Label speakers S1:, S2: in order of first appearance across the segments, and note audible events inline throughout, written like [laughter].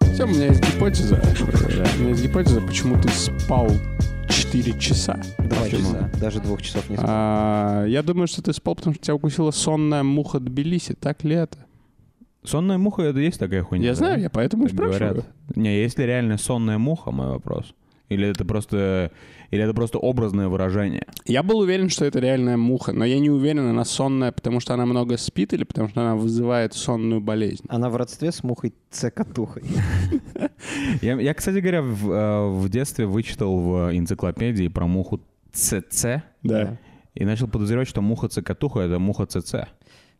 S1: хотя у меня есть гипотеза. Э, У меня есть гипотеза, почему ты спал 4 часа.
S2: Два
S1: Почему?
S2: часа. Даже двух часов не спал.
S1: А, я думаю, что ты спал, потому что тебя укусила сонная муха Тбилиси. Так ли это?
S3: Сонная муха, это есть такая хуйня?
S1: Я
S3: да?
S1: знаю, я поэтому и
S3: Так говорят.
S1: спрашиваю.
S3: Не, есть ли реально сонная муха, мой вопрос? Или это просто, или это просто образное выражение?
S1: Я был уверен, что это реальная муха, но я не уверен, она сонная, потому что она много спит или потому что она вызывает сонную болезнь.
S2: Она в родстве с мухой цекатухой.
S3: Я, я, кстати говоря, в, э, в детстве вычитал в энциклопедии про муху ЦЦ
S1: Да.
S3: и начал подозревать, что муха цикатуха это муха ЦЦ.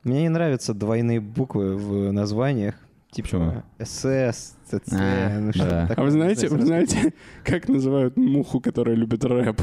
S2: Мне не нравятся двойные буквы в названиях.
S3: Почему?
S2: Типа СС, ЦЦ,
S3: А,
S2: ну что
S3: да.
S1: А
S2: такое.
S1: вы знаете, вы
S2: Знаете,
S1: знаете, [laughs] как называют муху, которая любит рэп?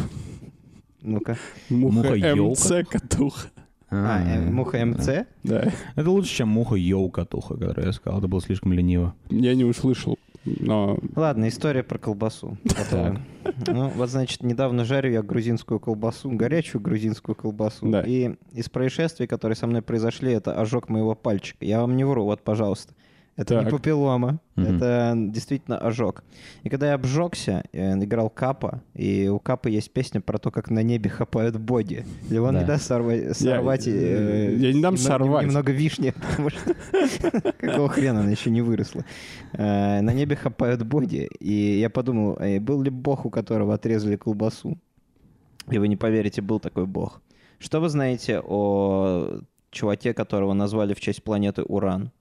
S2: Ну-ка.
S1: Муха
S3: Муха-ёлка?
S1: МЦ Катуха.
S2: А, э, муха
S3: Да.
S2: МЦ?
S1: Да.
S3: Это лучше, чем муха йоу-катуха, которую я сказал. Это было слишком лениво.
S1: Я не услышал, но
S2: Ладно, история про колбасу. которую- Ну, вот, значит, недавно жарю я грузинскую колбасу, горячую грузинскую колбасу.
S1: Да.
S2: И из происшествий, которые со мной произошли, это ожог моего пальчика. Я вам не вру, вот, пожалуйста. Это не
S1: Так.
S2: папиллома,
S3: Мгм.
S2: это действительно ожог. И когда я обжегся, э, играл Капа, и у Капы есть песня про то, как на небе хапают боги. И он
S3: Да.
S2: не даст сорва- сорвать...
S1: Я-
S2: э,
S1: я не дам
S2: немного-
S1: сорвать.
S2: Немного вишни, [laughs] потому что [laughs] какого хрена она еще не выросла. Э, На небе хапают боги. И я подумал, э, был ли бог, у которого отрезали колбасу? И вы не поверите, был такой бог. Что вы знаете о чуваке, которого назвали в честь планеты Уран?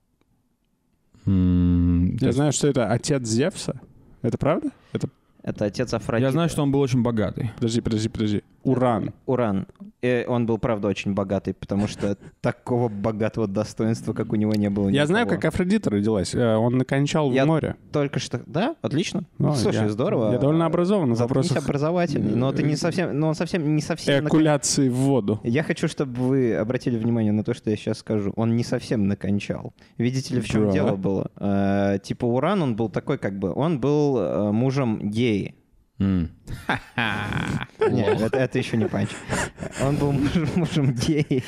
S3: М, то
S1: я
S3: есть-
S1: знаю, что это отец Зевса. Это правда? Это
S2: Это отец Афродиты.
S3: Я знаю, что он был очень богатый.
S1: подожди, подожди, подожди. Уран.
S2: Уран. И он был, правда, очень богатый, потому что [laughs] такого богатого достоинства, как у него не было
S1: Я знаю,
S2: никого.
S1: как Афродита родилась. Э, Он накончал
S2: Я-
S1: в море.
S2: Только что... Да? Отлично.
S1: Ну,
S2: Слушай,
S1: я-
S2: здорово. А,
S1: Я довольно образован в
S2: Заткнись
S1: вопросах
S2: образовательный, но ты не совсем... Но он совсем не совсем... на-
S1: экуляции в воду.
S2: Я хочу, чтобы вы обратили внимание на то, что я сейчас скажу. Он не совсем накончал. Видите ли, в чем
S1: Да.
S2: дело было? Э, типа Уран, он был такой, как бы, он был э, мужем геи.
S3: М.
S2: Нет, это, это еще не панч. Он был мужем, мужем геи.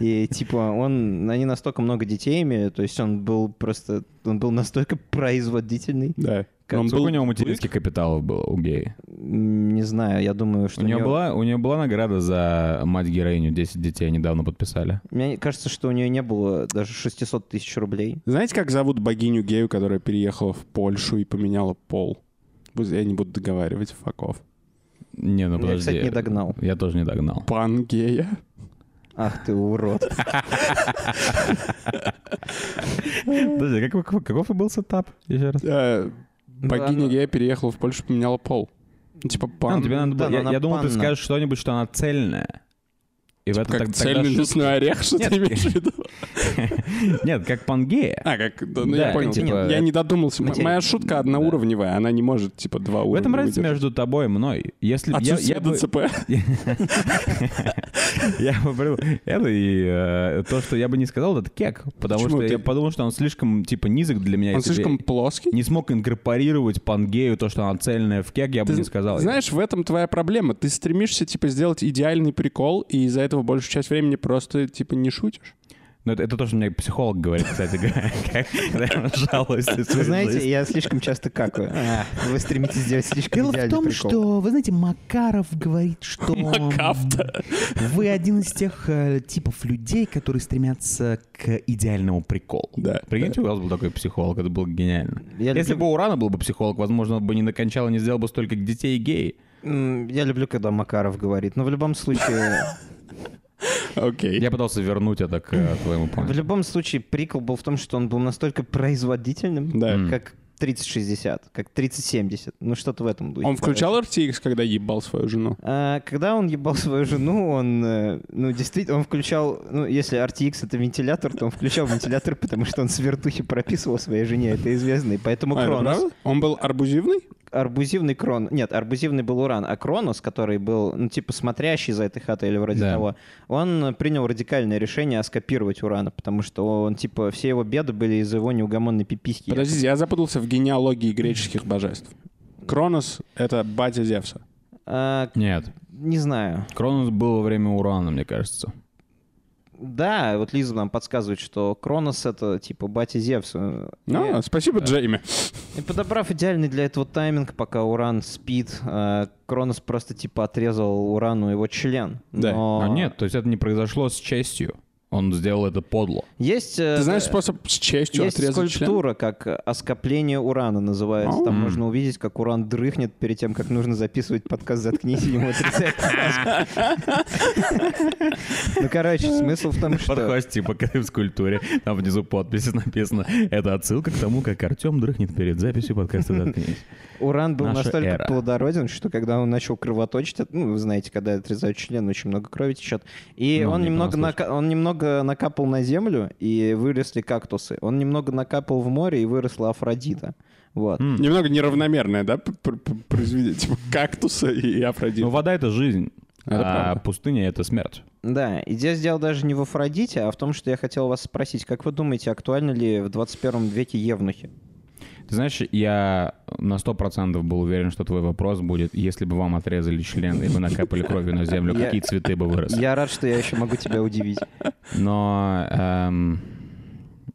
S2: И типа он, они настолько много детей имели, то есть он был просто, он был настолько производительный.
S1: Да.
S2: Как-
S3: Сколько у него материнских капиталов было у гея?
S2: М, Не знаю, я думаю, что
S3: у, нее
S2: него-
S3: была, у нее была награда за мать-героиню, 10 детей недавно подписали.
S2: Мне кажется, что у нее не было даже 600 тысяч рублей.
S1: Знаете, как зовут богиню гею, которая переехала в Польшу и поменяла пол? Я не буду договаривать факов.
S3: Не, ну
S2: Я,
S3: подожди.
S2: кстати, не догнал.
S3: Я тоже не догнал.
S1: Пан гея.
S2: Ах ты урод.
S4: [laughs]
S3: Подожди, как- как- каков был сетап? Еще раз.
S1: Э,
S2: Ну,
S1: Богиня
S2: она-
S1: гея переехала в Польшу и поменяла пол. Ну, Типа
S3: Ну,
S1: пан.
S3: тебе надо
S2: да,
S3: было-
S2: но
S3: я,
S2: она
S3: я думал, ты
S2: панна.
S3: скажешь что-нибудь, что она цельная. И в это
S1: Типа Как
S3: так- тогда
S1: цельный
S3: шут-
S1: лесной орех, что
S3: Нет,
S1: ты имеешь в виду?
S3: [laughs] Нет, как пангея.
S1: А, как, да, ну я
S3: Да,
S1: понял.
S3: типа-
S1: я не додумался. М-
S2: Материк.
S1: Моя шутка одноуровневая, она не может, типа, два
S3: В
S1: уровня
S3: этом разница
S1: выдержать.
S3: между тобой и мной. Если б я,
S1: Отсутствие
S3: я бы,
S1: ДЦП.
S3: [laughs] я бы брил это и э, то, что я бы не сказал, это кек, потому
S1: Почему
S3: что я
S1: ты-
S3: подумал, что он слишком типа низок для меня.
S1: Он
S3: Если бы я
S1: слишком плоский.
S3: не смог инкорпорировать пангею то, что она цельная в кек, я бы
S1: Ты
S3: не сказал.
S1: Знаешь, в этом твоя проблема. Ты стремишься, типа, сделать идеальный прикол, и из-за этого большую часть времени просто, типа, не шутишь.
S3: Но Ну, это, это то, что мне психолог говорит, кстати, говоря, [laughs] когда он жалуется.
S2: Вы знаете, я слишком
S4: [laughs]
S2: часто какаю. Вы стремитесь сделать слишком
S4: А. Дело в
S2: идеальный
S4: том,
S2: прикол.
S4: что, э, вы знаете, Макаров говорит, что
S1: Макафта.
S4: вы один из тех э, типов людей, которые стремятся к идеальному приколу.
S1: Да.
S3: Прикиньте, у вас был такой психолог, это было гениально.
S2: Я
S3: Если
S2: люблю-
S3: бы у Урана был бы психолог, возможно, он бы не накончал и не сделал бы столько детей и гей.
S2: М, Я люблю, когда Макаров говорит, но в
S4: [laughs]
S2: любом случае,
S1: [laughs] Окей.
S3: Я пытался вернуть это к э,
S4: [clears throat]
S3: твоему
S2: в
S3: памяти.
S2: любом случае прикол был в том, что он был настолько производительным,
S1: Да.
S3: М.
S2: как 3060, как 3070, ну что-то в этом духе.
S1: Он включал RTX, когда ебал свою жену?
S2: А, Когда он ебал свою жену, он, э, ну, действительно, он включал, ну, если RTX это вентилятор, то он включал вентилятор, потому что он с вертухи прописывал своей жене, это известно, и поэтому
S1: А, это
S2: Кронос,
S1: правда? Он был арбузивный?
S2: арбузивный крон. Нет, арбузивный был Уран, а Кронос, который был, ну, типа, смотрящий за этой хатой или вроде
S3: Да.
S2: того, он э, принял радикальное решение скопировать Урана, потому что он, типа, все его беды были из-за его неугомонной пиписьки.
S1: Подождите, я запутался в генеалогии греческих божеств. Кронос — это батя Зевса.
S2: А,
S3: Нет.
S2: не знаю.
S3: Кронос был во время Урана, мне кажется.
S2: Да, вот Лиза нам подсказывает, что Кронос — это типа батя Зевса. Э,
S1: Ну,
S2: И-
S1: спасибо, Джейми.
S2: И подобрав идеальный для этого тайминг, пока Уран спит, э, Кронос просто типа отрезал Урану его член.
S1: Да.
S2: Но
S3: А нет, то есть это не произошло с честью. Он сделал это подло.
S2: Есть, э,
S1: Ты знаешь способ с честью
S2: есть
S1: отрезать член?
S2: скульптура, как э, оскопление урана называется. Там
S3: Ау.
S2: можно увидеть, как уран дрыхнет перед тем, как нужно записывать подкаст «Заткнись» и
S1: [laughs]
S2: ему отрезать мозг. Ну, короче, смысл в том, что...
S3: Подхвасти по в скульптуре. Там внизу подпись написано. Это отсылка к тому, как Артем дрыхнет перед записью
S2: [laughs]
S3: подкаста «Заткнись».
S2: Уран был
S3: Наша
S2: настолько
S3: эра.
S2: плодороден, что когда он начал кровоточить, это- ну, вы знаете, когда отрезают член, очень много крови течет, и
S3: Ну,
S2: он,
S3: мне
S2: немного
S3: понаслышке.
S2: нака- он немного накапал на землю, и выросли кактусы. Он немного накапал в море, и выросла Афродита. Вот.
S3: М.
S1: Немного неравномерное, да, п- п- п- произведение? [laughs] Типа кактуса и
S3: Ну,
S1: Афродиты.
S3: вода — это жизнь,
S1: Это
S3: а
S1: правда.
S3: пустыня — это смерть.
S2: Да, идея сделал даже не в Афродите, а в том, что я хотел вас спросить, как вы думаете, актуальны ли в 21 веке евнухи?
S3: Ты знаешь, я на сто процентов был уверен, что твой вопрос будет, если бы вам отрезали член и вы накапали кровью на землю,
S2: Я-
S3: какие цветы бы выросли.
S2: Я рад, что я еще могу тебя удивить.
S3: Но эм,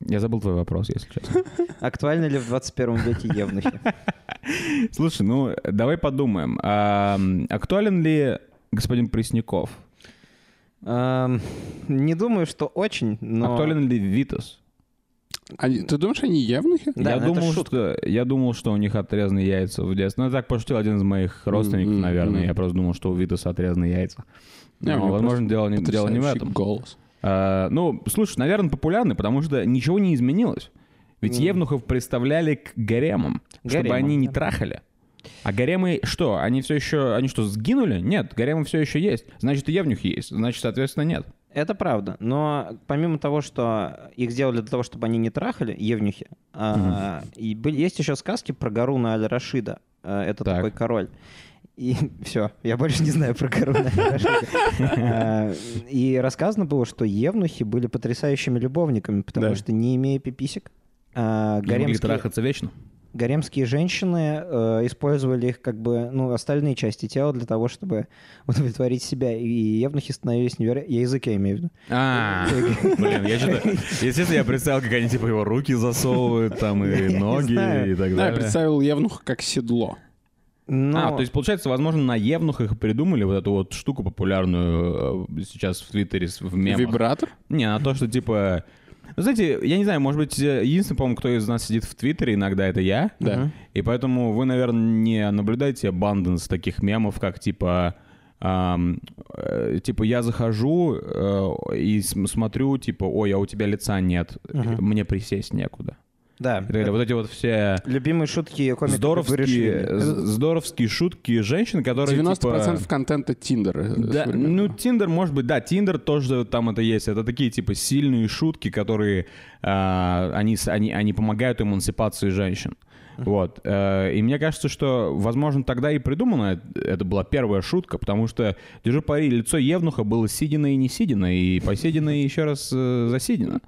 S3: я забыл твой вопрос, если
S2: [laughs]
S3: честно.
S2: Актуальны ли в 21 веке
S3: [laughs]
S2: евнухи?
S3: Слушай, ну давай подумаем. Эм, Актуален ли господин Пресняков?
S2: Эм, Не думаю, что очень, но...
S3: Актуален ли Витас?
S1: Они- Ты думаешь, они евнухи?
S2: Да,
S3: я,
S2: но это
S3: думал,
S2: шутка.
S3: что, я думал, что у них отрезаны яйца в детстве. Ну, я так пошутил один из моих родственников,
S1: Мгм,
S3: наверное.
S1: мгм.
S3: Я просто думал, что у Витаса отрезаны яйца.
S1: Не, у
S3: Но,
S1: него
S3: возможно, дело не, дело не в
S1: Потрясающий
S3: этом.
S1: голос.
S3: А, ну, слушай, наверное, популярны, потому что ничего не изменилось. Ведь
S2: Мгм.
S3: евнухов представляли к гаремам, чтобы
S2: Гаремам,
S3: они не
S2: да.
S3: трахали. А гаремы что? Они все еще... Они что, сгинули? Нет, гаремы все еще есть. Значит, и евнюх есть. Значит, соответственно, нет.
S2: Это правда, но помимо того, что их сделали для того, чтобы они не трахали, евнюхи, а, и были, есть еще сказки про Гаруна Аль-Рашида. А, Это
S3: Так.
S2: такой король. И [laughs] все, я больше не знаю про Гаруна Аль-Рашида. А, И рассказано было, что евнухи были потрясающими любовниками, потому
S1: Да.
S2: что не имея пиписек, а,
S3: Они могли
S2: гаремские,
S3: трахаться вечно.
S2: гаремские женщины э, использовали их как бы, ну, остальные части тела для того, чтобы [laughs] удовлетворить себя. И евнухи становились невероятно... Язык я имею в виду.
S3: А, [laughs] блин, я что-то... Естественно, я представил, как они, типа, его руки засовывают, там,
S2: [laughs] Я
S3: и
S2: не
S3: ноги,
S2: знаю.
S3: и так
S1: Да, я
S3: далее.
S1: представил евнуха как седло.
S2: Но-
S3: А, то есть, получается, возможно, на евнухах придумали вот эту вот штуку популярную э, сейчас в Твиттере, с- в мемах.
S1: Вибратор?
S3: Не, на то, что типа... Ну, знаете, я не знаю, может быть, э, единственный, по-моему, кто из нас сидит в Твиттере иногда, это я.
S1: Да.
S3: И поэтому вы, наверное, не наблюдаете абанденс таких мемов, как типа... ам, э, типа я захожу э, и см- смотрю, типа, ой, а у тебя лица нет,
S2: Мгм.
S3: мне присесть некуда.
S2: Да.
S3: И так далее. Вот эти вот все
S2: Любимые шутки комиков
S3: здоровские, э,
S2: Гуришвили.
S3: з- здоровские шутки женщин, которые
S1: 90%
S3: типа...
S1: контента э,
S2: Э,
S1: Тиндера.
S3: Да, ну, Тиндер, может быть, да, Тиндер тоже там это есть. Это такие, типа, сильные шутки, которые а, они, с- они, они помогают эмансипации женщин. Вот. э, И мне кажется, что, возможно, тогда и придумано, э- это была первая шутка, потому что, держу пари, лицо Евнуха было сидено и не сидено, и посидено и еще раз э, засидено.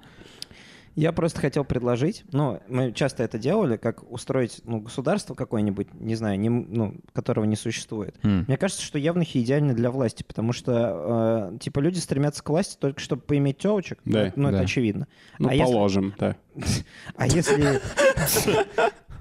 S2: Я просто хотел предложить, ну, мы часто это делали, как устроить ну, государство какое-нибудь, не знаю, не, м- ну, которого не существует.
S3: М.
S2: Мне кажется, что явнухи идеальны для власти, потому что, э, типа, люди стремятся к власти только чтобы поиметь телочек.
S1: Да,
S2: ну, это
S3: да.
S2: очевидно.
S1: Ну,
S2: а если-
S1: положим, да.
S2: А если...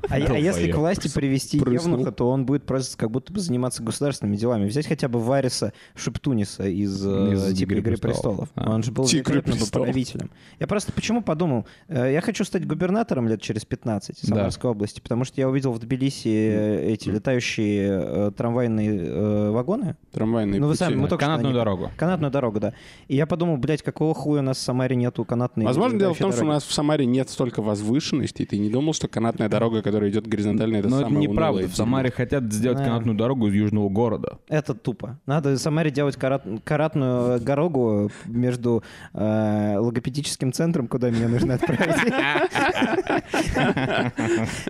S2: А, е- а если к
S3: Долбоёб.
S2: власти привести
S1: Прыснул.
S2: Евнуха, то он будет просто как будто бы заниматься государственными делами. Взять хотя бы Вариса Шептуниса из, э,
S3: Из
S2: типа,
S3: «Игры
S2: «Игры
S3: престолов».
S2: престолов».
S3: А.
S2: Он же был
S1: «Тигры
S2: великолепным бы
S1: «Типа престолов».
S2: правителем. Я просто почему подумал, э, я хочу стать губернатором лет через 15
S3: Да.
S2: Самарской области, потому что я увидел в Тбилиси э, эти летающие э, трамвайные э, вагоны,
S1: Трамвайные
S2: Ну, вы
S1: пути.
S2: сами, мы только что
S3: Э, Канатную
S2: они-
S3: дорогу.
S2: канатную дорогу, да. И я подумал, блядь, какого хуя у нас в Самаре нету канатной
S1: Возможно, дело в
S2: вообще
S1: том, что у
S2: дороги?
S1: нас в Самаре нет столько возвышенности, и ты не думал, что канатная дорога, которая идет горизонтально, это
S3: Но Ну, это
S1: самая унылая
S3: неправда. В
S1: дерьмо.
S3: Самаре хотят сделать
S2: Да.
S3: канатную дорогу из южного города.
S2: Это тупо. Надо Самаре делать карат- каратную э, дорогу между э, логопедическим центром, куда меня нужно отправить.
S3: [laughs]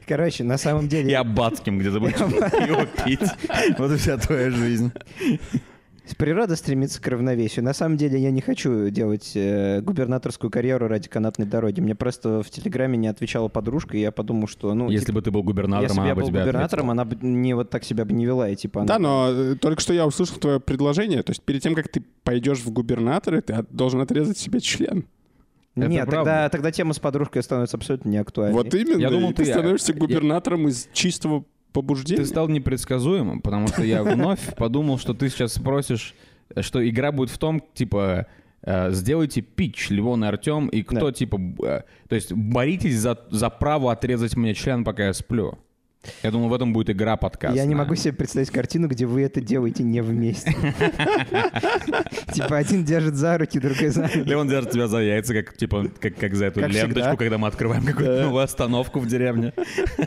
S2: Короче, на самом деле...
S3: И Аббатским, где ты будешь пиво пить. Вот и вся твоя жизнь.
S2: Природа стремится к равновесию. На самом деле я не хочу делать э, губернаторскую карьеру ради канатной дороги. Мне просто в Телеграме не отвечала подружка, и я подумал, что... ну
S3: Если
S2: типа,
S3: бы ты был губернатором,
S2: если бы
S3: она
S2: я
S3: бы
S2: был
S3: тебя [laughs]
S2: губернатором, она бы не вот так себя бы не вела, и типа... она-
S1: Да, но э, только что я услышал твое предложение. То есть перед тем, как ты пойдешь в губернаторы, ты от- должен отрезать себе член.
S3: Это
S2: Нет, тогда,
S3: правда.
S2: тогда тема с подружкой становится абсолютно неактуальной.
S1: Вот именно.
S3: Я думал,
S1: и ты,
S3: ты- э,
S1: становишься
S3: я-
S1: губернатором из чистого побуждения.
S3: Ты стал непредсказуемым, потому что я [laughs] вновь подумал, что ты сейчас спросишь, что игра будет в том, типа, э, сделайте пич, Львон и Артем, и кто,
S2: Да.
S3: типа, б- э, то есть боритесь за, за право отрезать мне член, пока я сплю. Я думаю, в этом будет игра подкаст.
S2: Я не могу себе представить картину, где вы это делаете не вместе. [laughs] Типа один держит за руки, другой за ноги.
S3: Леон держит тебя за яйца, как, типа, как, как за эту
S2: Как
S3: ленточку,
S2: всегда.
S3: когда мы открываем какую-то новую остановку в деревне.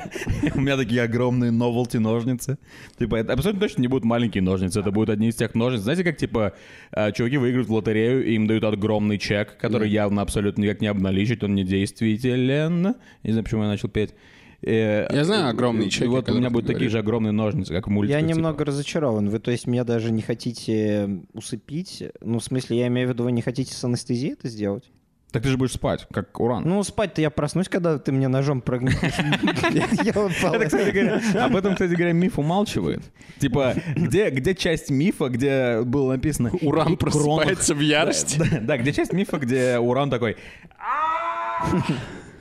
S3: [laughs] У меня такие огромные новелти ножницы. Типа, это абсолютно точно не будут маленькие ножницы, это будут одни из тех ножниц. Знаете, как, типа, э, чуваки выигрывают в лотерею, и им дают огромный чек, который явно абсолютно никак не обналичить, он не действителен. Не знаю, почему я начал петь. Я
S1: Я знаю огромные чеки,
S3: Вот у
S1: о
S3: меня
S1: которых
S3: будут
S1: ты
S3: такие же огромные ножницы, как в мультиках.
S2: Я
S3: типа.
S2: немного разочарован. Вы, то есть, меня даже не хотите э, усыпить. Ну, в смысле, я имею в виду, вы не хотите с анестезией это сделать?
S3: Так ты же будешь спать, как уран.
S2: Ну, спать-то я проснусь, когда ты мне ножом [laughs] прогнешь. Я упал.
S3: Это, кстати говоря, об этом, кстати говоря, миф умалчивает. Типа, где, где часть мифа, где было написано...
S1: Уран
S3: «Тут Кронах».
S1: просыпается в ярости.
S3: Да, да, где часть мифа, где Уран такой...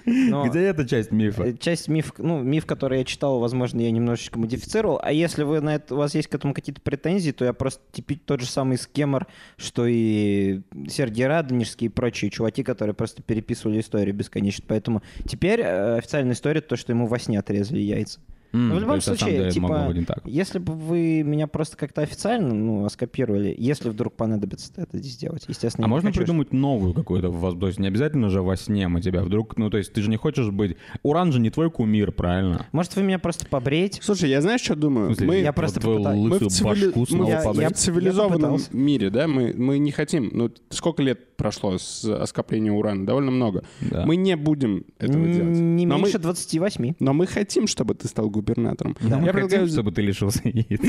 S2: Но,
S3: Где эта часть мифа?
S2: э,
S1: Типа,
S2: Часть миф, ну, миф, который я читал, возможно, я немножечко модифицировал. А если вы на это, у вас есть к этому какие-то претензии, то я просто типить тот же самый скемер, что и Сергей Радонежский и прочие чуваки, которые просто переписывали историю бесконечно. Поэтому теперь э, официальная история то, что ему во сне отрезали яйца. Ну,
S3: М,
S2: в
S3: то
S2: любом
S3: есть, на самом
S2: случае,
S3: деле, это
S2: типа,
S3: могло быть не так. А
S2: Если бы вы меня просто как-то официально, ну, скопировали, если вдруг понадобится это сделать,
S1: ну,
S2: естественно.
S3: А
S2: я не
S3: можно
S2: хочу,
S3: придумать новую какую-то воз- То есть не обязательно же во сне мы тебя вдруг... Ну, то есть ты же не хочешь быть... Уран же не твой кумир, правильно?
S2: что- Может, вы меня просто побреете?
S1: Слушай, я знаешь, что
S3: В
S1: думаю?
S3: смысле,
S1: Мы
S2: я просто
S3: твою
S2: пытаюсь.
S1: Мы
S3: лысую
S1: в, цивили-
S3: башку
S1: мы
S3: снова
S1: в-
S3: побрить.
S1: я в цивилизованном
S2: попытался.
S1: мире, да, мы, мы не хотим. Ну, сколько лет прошло с оскопления урана? Довольно много.
S3: Да.
S1: Мы не будем этого делать.
S2: Не
S1: но,
S2: меньше
S1: мы,
S2: 28.
S1: но мы хотим, чтобы ты стал губернатором.
S3: Да, мы
S1: я,
S3: хотим,
S1: предлагаю,
S3: чтобы ты лишился
S1: [laughs]
S3: яиц.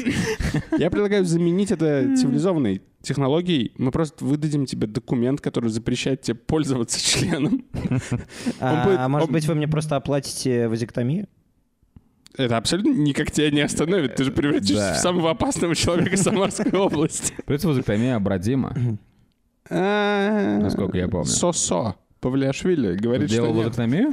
S1: я предлагаю заменить это цивилизованной технологией. Мы просто выдадим тебе документ, который запрещает тебе пользоваться [laughs] членом.
S2: А,
S1: будет-
S2: может
S1: он-
S2: быть, вы мне просто оплатите вазектомию?
S1: Это абсолютно никак тебя не остановит. Ты же превратишься
S3: Да.
S1: в самого опасного человека Самарской области.
S3: Придется вазоктомия обратима.
S1: Насколько
S3: я помню.
S1: Сосо. Павлиашвили говорит,
S3: Делал
S1: что нет.
S3: лоботомию?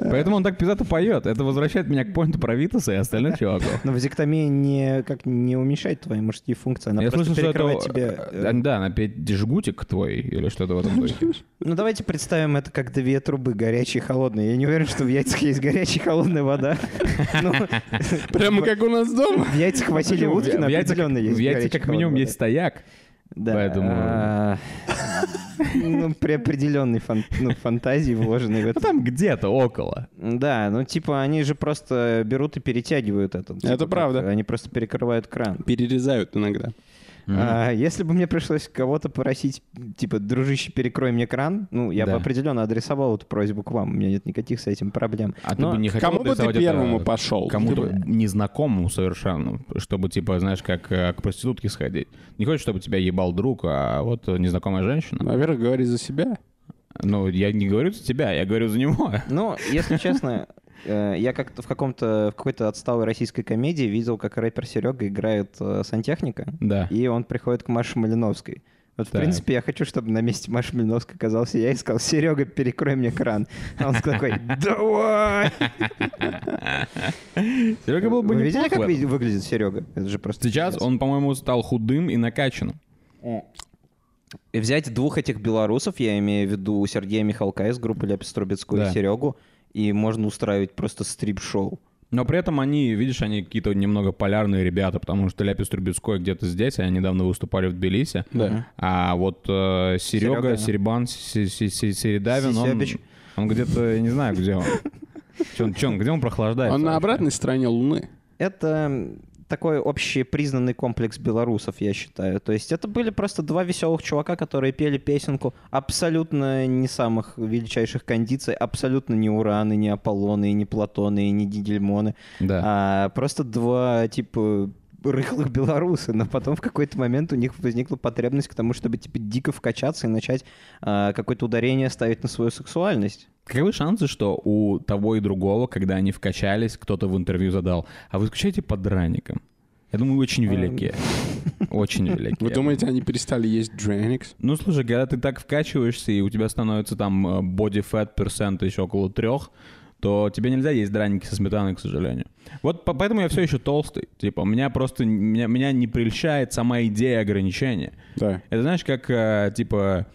S3: [laughs] Поэтому он так пиздато поет. Это возвращает меня к поинту про Витаса и [laughs] остальных чуваков.
S2: Но вазектомия не, как, не уменьшает твои мужские функции, она
S3: Я
S2: просто
S3: слышал, что это...
S2: перекрывает тебе...
S3: э,
S2: э,
S3: а, Да, напеть жгутик твой или что-то в
S2: [laughs]
S3: этом духе.
S2: Ну, давайте представим это как две трубы, горячие и холодные. Я не уверен, что в яйцах есть горячая и холодная вода. [laughs] Ну,
S3: Типа
S1: Прямо как у нас дома.
S2: В яйцах Василия
S3: Почему? В-
S2: Уткина
S3: в яйцах-
S2: определенно есть
S3: В яйце
S2: горячая и
S3: как минимум
S2: холодная
S3: есть стояк.
S2: Да.
S3: Поэтому-
S2: а, Ну, при определенной фан- ну, фантазии, вложенной в
S3: Ну
S2: это.
S3: там где-то около.
S2: Да, ну типа они же просто берут и перетягивают это. Типа,
S1: Это
S2: как
S1: правда.
S2: Они просто перекрывают кран.
S1: Перерезают иногда.
S2: А, если бы мне пришлось кого-то попросить, типа, дружище, перекрой мне кран, ну, я
S3: Да.
S2: бы определенно адресовал эту просьбу к вам. У меня нет никаких с этим проблем.
S3: А ты
S2: Но [laughs]
S3: бы не хотел
S1: Кому бы ты
S3: нарисовать
S1: первому
S3: это
S1: пошел?
S3: Кому-то
S1: Ты бы-
S3: незнакомому совершенно, чтобы, типа, знаешь, как э, к проститутке сходить. Не хочешь, чтобы тебя ебал друг, а вот э, незнакомая женщина?
S1: Во-первых, говори за себя.
S3: Ну, я не говорю за тебя, я говорю за него. [laughs]
S2: Ну, если честно, э, я как-то в каком-то в какой-то отсталой российской комедии видел, как рэпер Серега играет э, сантехника,
S3: Да.
S2: и он приходит к Маше Малиновской. Вот, в
S3: Так.
S2: принципе, я хочу, чтобы на месте Маши Малиновской оказался я и сказал, Серега, перекрой мне кран. А он такой, давай!
S3: Серега был
S2: Вы
S3: бы неплох
S2: видели,
S3: в
S2: как
S3: этом.
S2: ви- выглядит Серега? Это же просто...
S3: Сейчас
S2: пиздец.
S3: он, по-моему, стал худым и накачанным.
S2: И взять двух этих белорусов, я имею в виду Сергея Михалка из группы Ляпис Трубецкую
S3: Да.
S2: и Серегу, и можно устраивать просто стрип-шоу.
S3: Но при этом они, видишь, они какие-то немного полярные ребята, потому что Ляпис Трубецкой где-то здесь, они недавно выступали в Тбилиси.
S1: Да.
S3: А вот э, Серега,
S2: Серега.
S3: Серебан, Се- Се- Се- Середавин, он,
S2: Сисябич.
S3: он где-то, я не знаю, где он. Чё он- чё он- где он прохлаждается?
S1: Он на
S3: вообще?
S1: обратной стороне Луны.
S2: это такой общепризнанный комплекс белорусов, я считаю. То есть это были просто два веселых чувака, которые пели песенку абсолютно не самых величайших кондиций, абсолютно не Ураны, не Аполлоны, не Платоны, не Дигельмоны,
S3: Да.
S2: а просто А, два, типа, рыхлых белорусы, но потом в какой-то момент у них возникла потребность к тому, чтобы типа дико вкачаться и начать а, какое-то ударение ставить на свою сексуальность.
S3: Каковы шансы, что у того и другого, когда они вкачались, кто-то в интервью задал, а вы скучаете по драникам? Я думаю, очень
S2: А.
S3: велики.
S2: [laughs]
S3: Очень велики.
S1: Вы думаете, они перестали есть Dranix?
S3: Ну, слушай, когда ты так вкачиваешься, и у тебя становится там э, body fat percent еще около трех, то тебе нельзя есть драники со сметаной, к сожалению. Вот по- поэтому я все еще толстый. Типа, меня просто, меня, меня не прельщает сама идея ограничения.
S1: Да.
S3: Это знаешь, как, э, типа,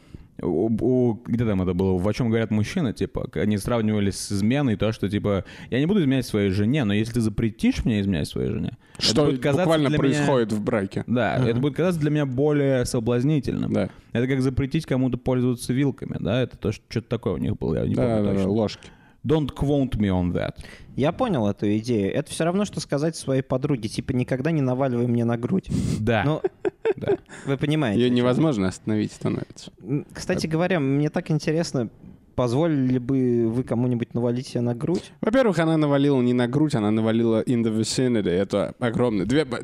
S3: у, у- где там это было, в «О чем говорят мужчины», типа, к- они сравнивали с изменой то, что, типа, я не буду изменять своей жене, но если ты запретишь мне изменять своей жене, это
S1: Что
S3: будет казаться
S1: буквально
S3: для меня-
S1: происходит в браке.
S3: Да, это будет казаться для меня более соблазнительным.
S1: Да.
S3: Это как запретить кому-то пользоваться вилками, да? Это то, что то такое у них было, я не
S1: Да,
S3: помню
S1: да, да,
S3: точно.
S1: ложки.
S3: Don't quote me on that.
S2: Я понял эту идею. Это все равно, что сказать своей подруге, типа, никогда не наваливай мне на грудь.
S3: Да.
S2: Ну,
S3: да.
S2: вы понимаете.
S1: Ее невозможно остановить становится.
S2: М, Кстати говоря, мне так интересно, позволили бы вы кому-нибудь навалить себе на грудь?
S1: Во-первых, она навалила не на грудь, она навалила in the vicinity. Это огромное. Две... б-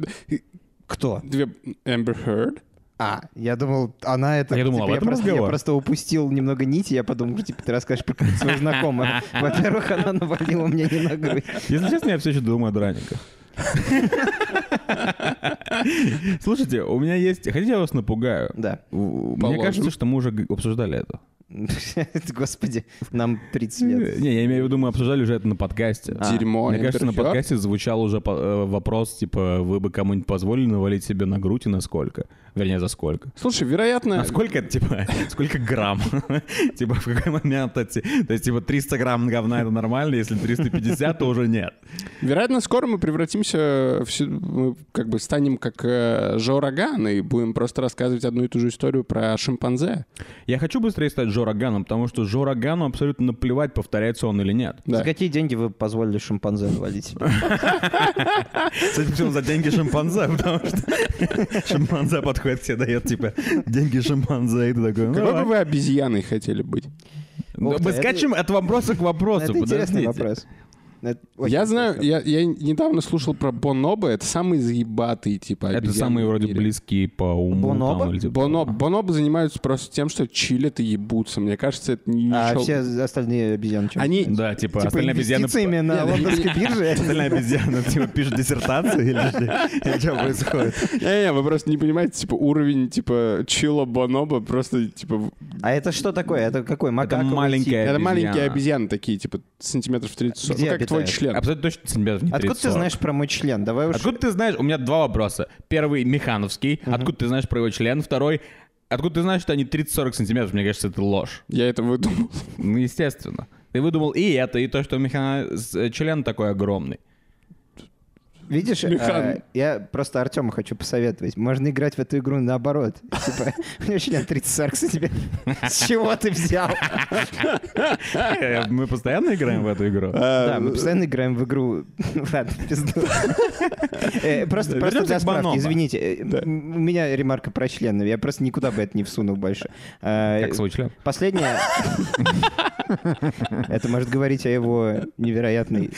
S2: Кто?
S1: Две... Amber Heard.
S2: А, я думал, она это... типа,
S3: А я думал, об
S2: я,
S3: этом
S2: просто, я
S3: разговор.
S2: просто упустил немного нити, я подумал, что, типа, ты расскажешь про какую-то свою [laughs] знакомую. Во-первых, она навалила мне не на грудь.
S3: Если честно, я все еще думаю
S1: [laughs]
S3: о драниках. Слушайте, у меня есть... Хотите, я вас напугаю?
S2: Да. [laughs]
S3: У- Мне
S1: Положим.
S3: кажется, что мы уже г- обсуждали это.
S2: Господи, нам 30 лет.
S3: Не, я имею в виду, мы обсуждали уже это на подкасте.
S2: А,
S1: Дерьмо.
S3: Мне кажется, на
S1: интервью.
S3: подкасте звучал уже по- э, вопрос, типа, вы бы кому-нибудь позволили навалить себе на грудь и на сколько? Вернее, за сколько?
S1: Слушай, вероятно...
S3: А сколько, это, типа, [laughs] сколько грамм? Типа, в какой момент? эти- То есть, типа, 300 грамм говна — это нормально, если 350, то уже нет.
S1: Вероятно, скоро мы превратимся, в, сю- мы как бы станем как э, Жо Роган и будем просто рассказывать одну и ту же историю про шимпанзе.
S3: Я хочу быстрее стать Жораганом, потому что Жорагану абсолютно наплевать, повторяется он или нет.
S1: Да.
S2: За какие деньги вы позволили шимпанзе навалить себе?
S3: Кстати, почему за деньги шимпанзе, [laughs] потому что шимпанзе подходит, тебе дает, типа, деньги шимпанзе, и ты такой, ну,
S1: Какой бы
S3: давай.
S1: вы обезьяной хотели быть?
S3: Ну,
S2: Ух ты,
S3: Мы
S2: это-
S3: скачем от вопроса к вопросу,
S2: Это интересный
S3: подождите.
S2: вопрос. Это очень
S1: я знаю,
S2: интересно.
S1: я, я недавно слушал про Бонобо, это самые заебатые типа
S3: Это
S1: обезьяны
S3: самые
S1: в
S3: вроде
S1: мире.
S3: близкие по уму.
S2: Бонобо?
S3: там, или типа
S1: Боноб-
S3: того.
S1: Бонобо занимаются просто тем, что чилят и ебутся. Мне кажется, это не
S2: А
S1: шел-
S2: все остальные обезьяны чем?
S1: Они...
S3: Да, типа,
S2: Типа
S3: остальные обезьяны...
S2: инвестициями на лондонской бирже? [laughs]
S3: Остальная обезьяна, типа, пишет диссертацию или, что происходит?
S1: Не-не, вы просто не понимаете, типа, уровень, типа, чила Бонобо просто, типа... в-
S2: А это что такое? Это какой? Макаковый тип?
S3: маленькая
S1: Это
S3: Обезьяна.
S1: маленькие обезьяны такие, типа, сантиметров 30 Ну,
S2: Где
S1: как твой
S2: обитают?
S1: член.
S3: Абсолютно точно, ребята, не
S2: Откуда
S3: 30,
S2: ты
S3: 40.
S2: знаешь про мой член? Давай уж...
S3: Откуда ты знаешь? У меня два вопроса. Первый — механовский. Откуда ты знаешь про его член? Второй — Откуда ты знаешь, что они 30-40 сантиметров? Мне кажется, это ложь.
S1: Я это выдумал.
S3: Ну, естественно. Ты выдумал и это, и то, что у механа с- э, член такой огромный.
S2: Видишь,
S1: Механ.
S2: а, я просто Артему хочу посоветовать. Можно играть в эту игру наоборот. Типа, у меня член 30-40 сантиметров. С чего ты
S3: [laughs]
S2: взял?
S3: Э, [laughs] Мы постоянно играем в эту игру?
S2: Да, мы постоянно играем в игру. Ну Ладно, [laughs] в пизду. Э, Просто просто
S3: Вернёмся
S2: для
S3: к Бонобо.
S2: справки, извините. э, м- У меня ремарка про члены. Я просто никуда бы это не всунул больше. А,
S3: Как свой член.
S2: Последнее. [laughs] Это может говорить о его невероятной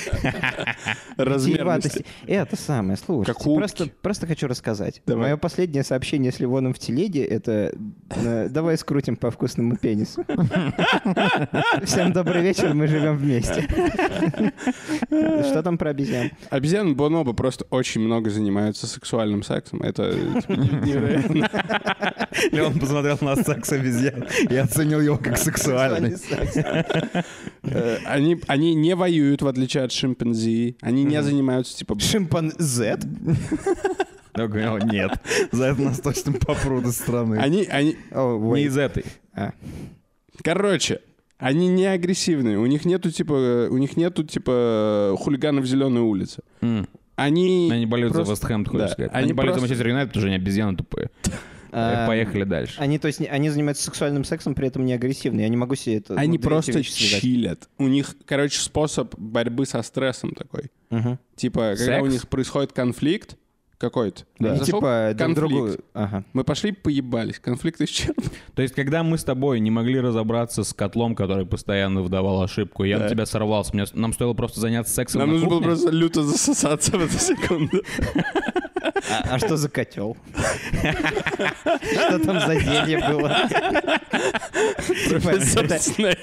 S1: Размерности.
S2: Чреватости. Это самое, слушай.
S1: Как утки.
S2: Просто, просто хочу рассказать.
S1: Давай.
S2: Мое последнее сообщение с Ливоном в телеге — это э, «давай скрутим по вкусному пенису». Всем добрый вечер, мы живем вместе. Что там про обезьян?
S1: Обезьяны Бонобо просто очень много занимаются сексуальным сексом. Это типа, не-
S2: [laughs]
S1: невероятно.
S3: Леон посмотрел на секс обезьян и оценил его как сексуальный.
S1: Э, Они они не воюют, в отличие от шимпанзе. Они не занимаются, типа...
S2: Шимпанзе?
S3: Я говорю, нет, за это нас точно попрут из страны.
S1: Они... они-
S2: О, wait.
S3: Не из этой.
S2: А.
S1: Э, Короче, они не агрессивные. У них нету, типа... э, У них нету, типа, хулиганов зеленой улицы.
S3: М.
S1: Они...
S3: Они болеют за
S1: просто-
S3: Вест Хэм, ты
S1: да.
S3: хочешь сказать.
S1: Они
S3: Они болеют за
S1: просто-
S3: Манчестер Юнайтед, потому что они обезьяны тупые.
S2: А,
S3: Э, Поехали дальше.
S2: Они, то есть, не- они занимаются сексуальным сексом, при этом не агрессивны. Я не могу себе это...
S1: Они
S2: ну, две эти
S1: просто
S2: вещи связать.
S1: чилят. У них, короче, способ борьбы со стрессом такой.
S2: Мгм.
S1: Типа, когда
S3: Секс?
S1: у них происходит конфликт какой-то.
S2: Они
S1: Зашел
S2: типа друг
S1: конфликт.
S2: другу... Ага.
S1: Мы пошли поебались. Конфликт
S2: [laughs]
S1: исчерпан.
S3: То есть, когда мы с тобой не могли разобраться с котлом, который постоянно выдавал ошибку, я на тебя сорвался, мне- нам стоило просто заняться сексом
S1: Нам
S3: на
S1: нужно было
S2: [laughs]
S3: кухне.
S1: просто люто засосаться в эту секунду.
S2: А, а что за котел? Что там за зелье было? Типа, это-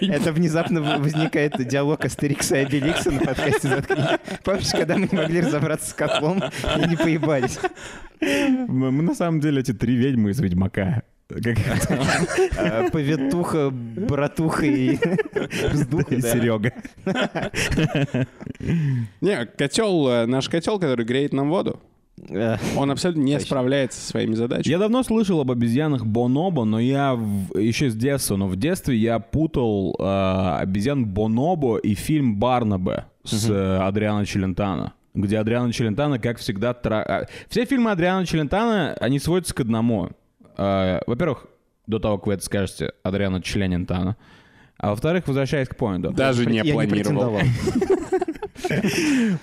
S2: Это внезапно в- возникает диалог Астерикса и Обеликса на подкасте «Заткни». Помнишь, когда мы не могли разобраться с котлом и не поебались?
S3: Мы, мы на самом деле эти три ведьмы из Ведьмака. Как
S2: А, Повитуха, братуха и вздуха, да.
S3: Серега.
S1: Не, котел, э, наш котел, который греет нам воду,
S2: Э,
S1: он абсолютно не
S2: Точно.
S1: справляется со своими задачами.
S3: Я давно слышал об обезьянах бонобо, но я в- еще с детства, но в детстве я путал э, обезьян бонобо и фильм Барнабе с э, Адриано Челентано, где Адриано Челентано, как всегда, тра- а, все фильмы Адриано Челентано, они сводятся к одному. Э, во-первых, до того, как вы это скажете, Адриано Челентано. А во-вторых, возвращаясь к поинту.
S1: Даже не
S2: Я не
S1: планировал.
S2: претендовал.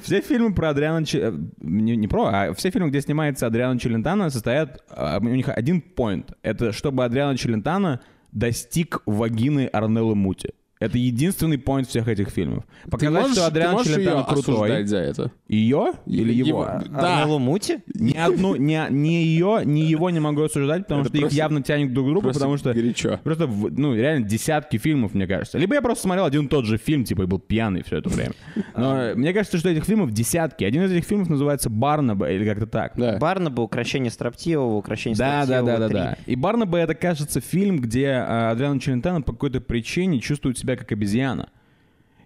S3: Все фильмы про Адриана... Чи- э, Не, не про, а все фильмы, где снимается Адриана Челентано, состоят... э, У них один поинт. Это чтобы Адриана Челентано достиг вагины Арнеллы Мути. Это единственный поинт всех этих фильмов.
S1: Ты
S3: Показать,
S1: можешь,
S3: что
S1: ты
S3: Адриана
S1: можешь ее
S3: Челентано крутой.
S1: осуждать за это?
S3: Ее или его? А,
S1: Да.
S2: Арнелло А, Мути?
S3: Ни одну, ни, ни ее, ни его не могу осуждать, потому
S1: Это
S3: что их
S1: просто-
S3: явно тянет друг к другу,
S1: Просто
S3: потому что
S1: горячо.
S3: просто, в- ну, реально десятки фильмов, мне кажется. Либо я просто смотрел один и тот же фильм, типа, и был пьяный все это время.
S1: А.
S3: Но мне кажется, что этих фильмов десятки. Один из этих фильмов называется «Барнаба» или как-то так.
S1: Да.
S2: Барнаба, украшение строптивого, украшение
S3: Да, да,
S2: строптивого
S3: да, да,
S2: три.
S3: да. И Барнаба это, кажется, фильм, где э, Адриано Челентано по какой-то причине чувствует себя как обезьяна.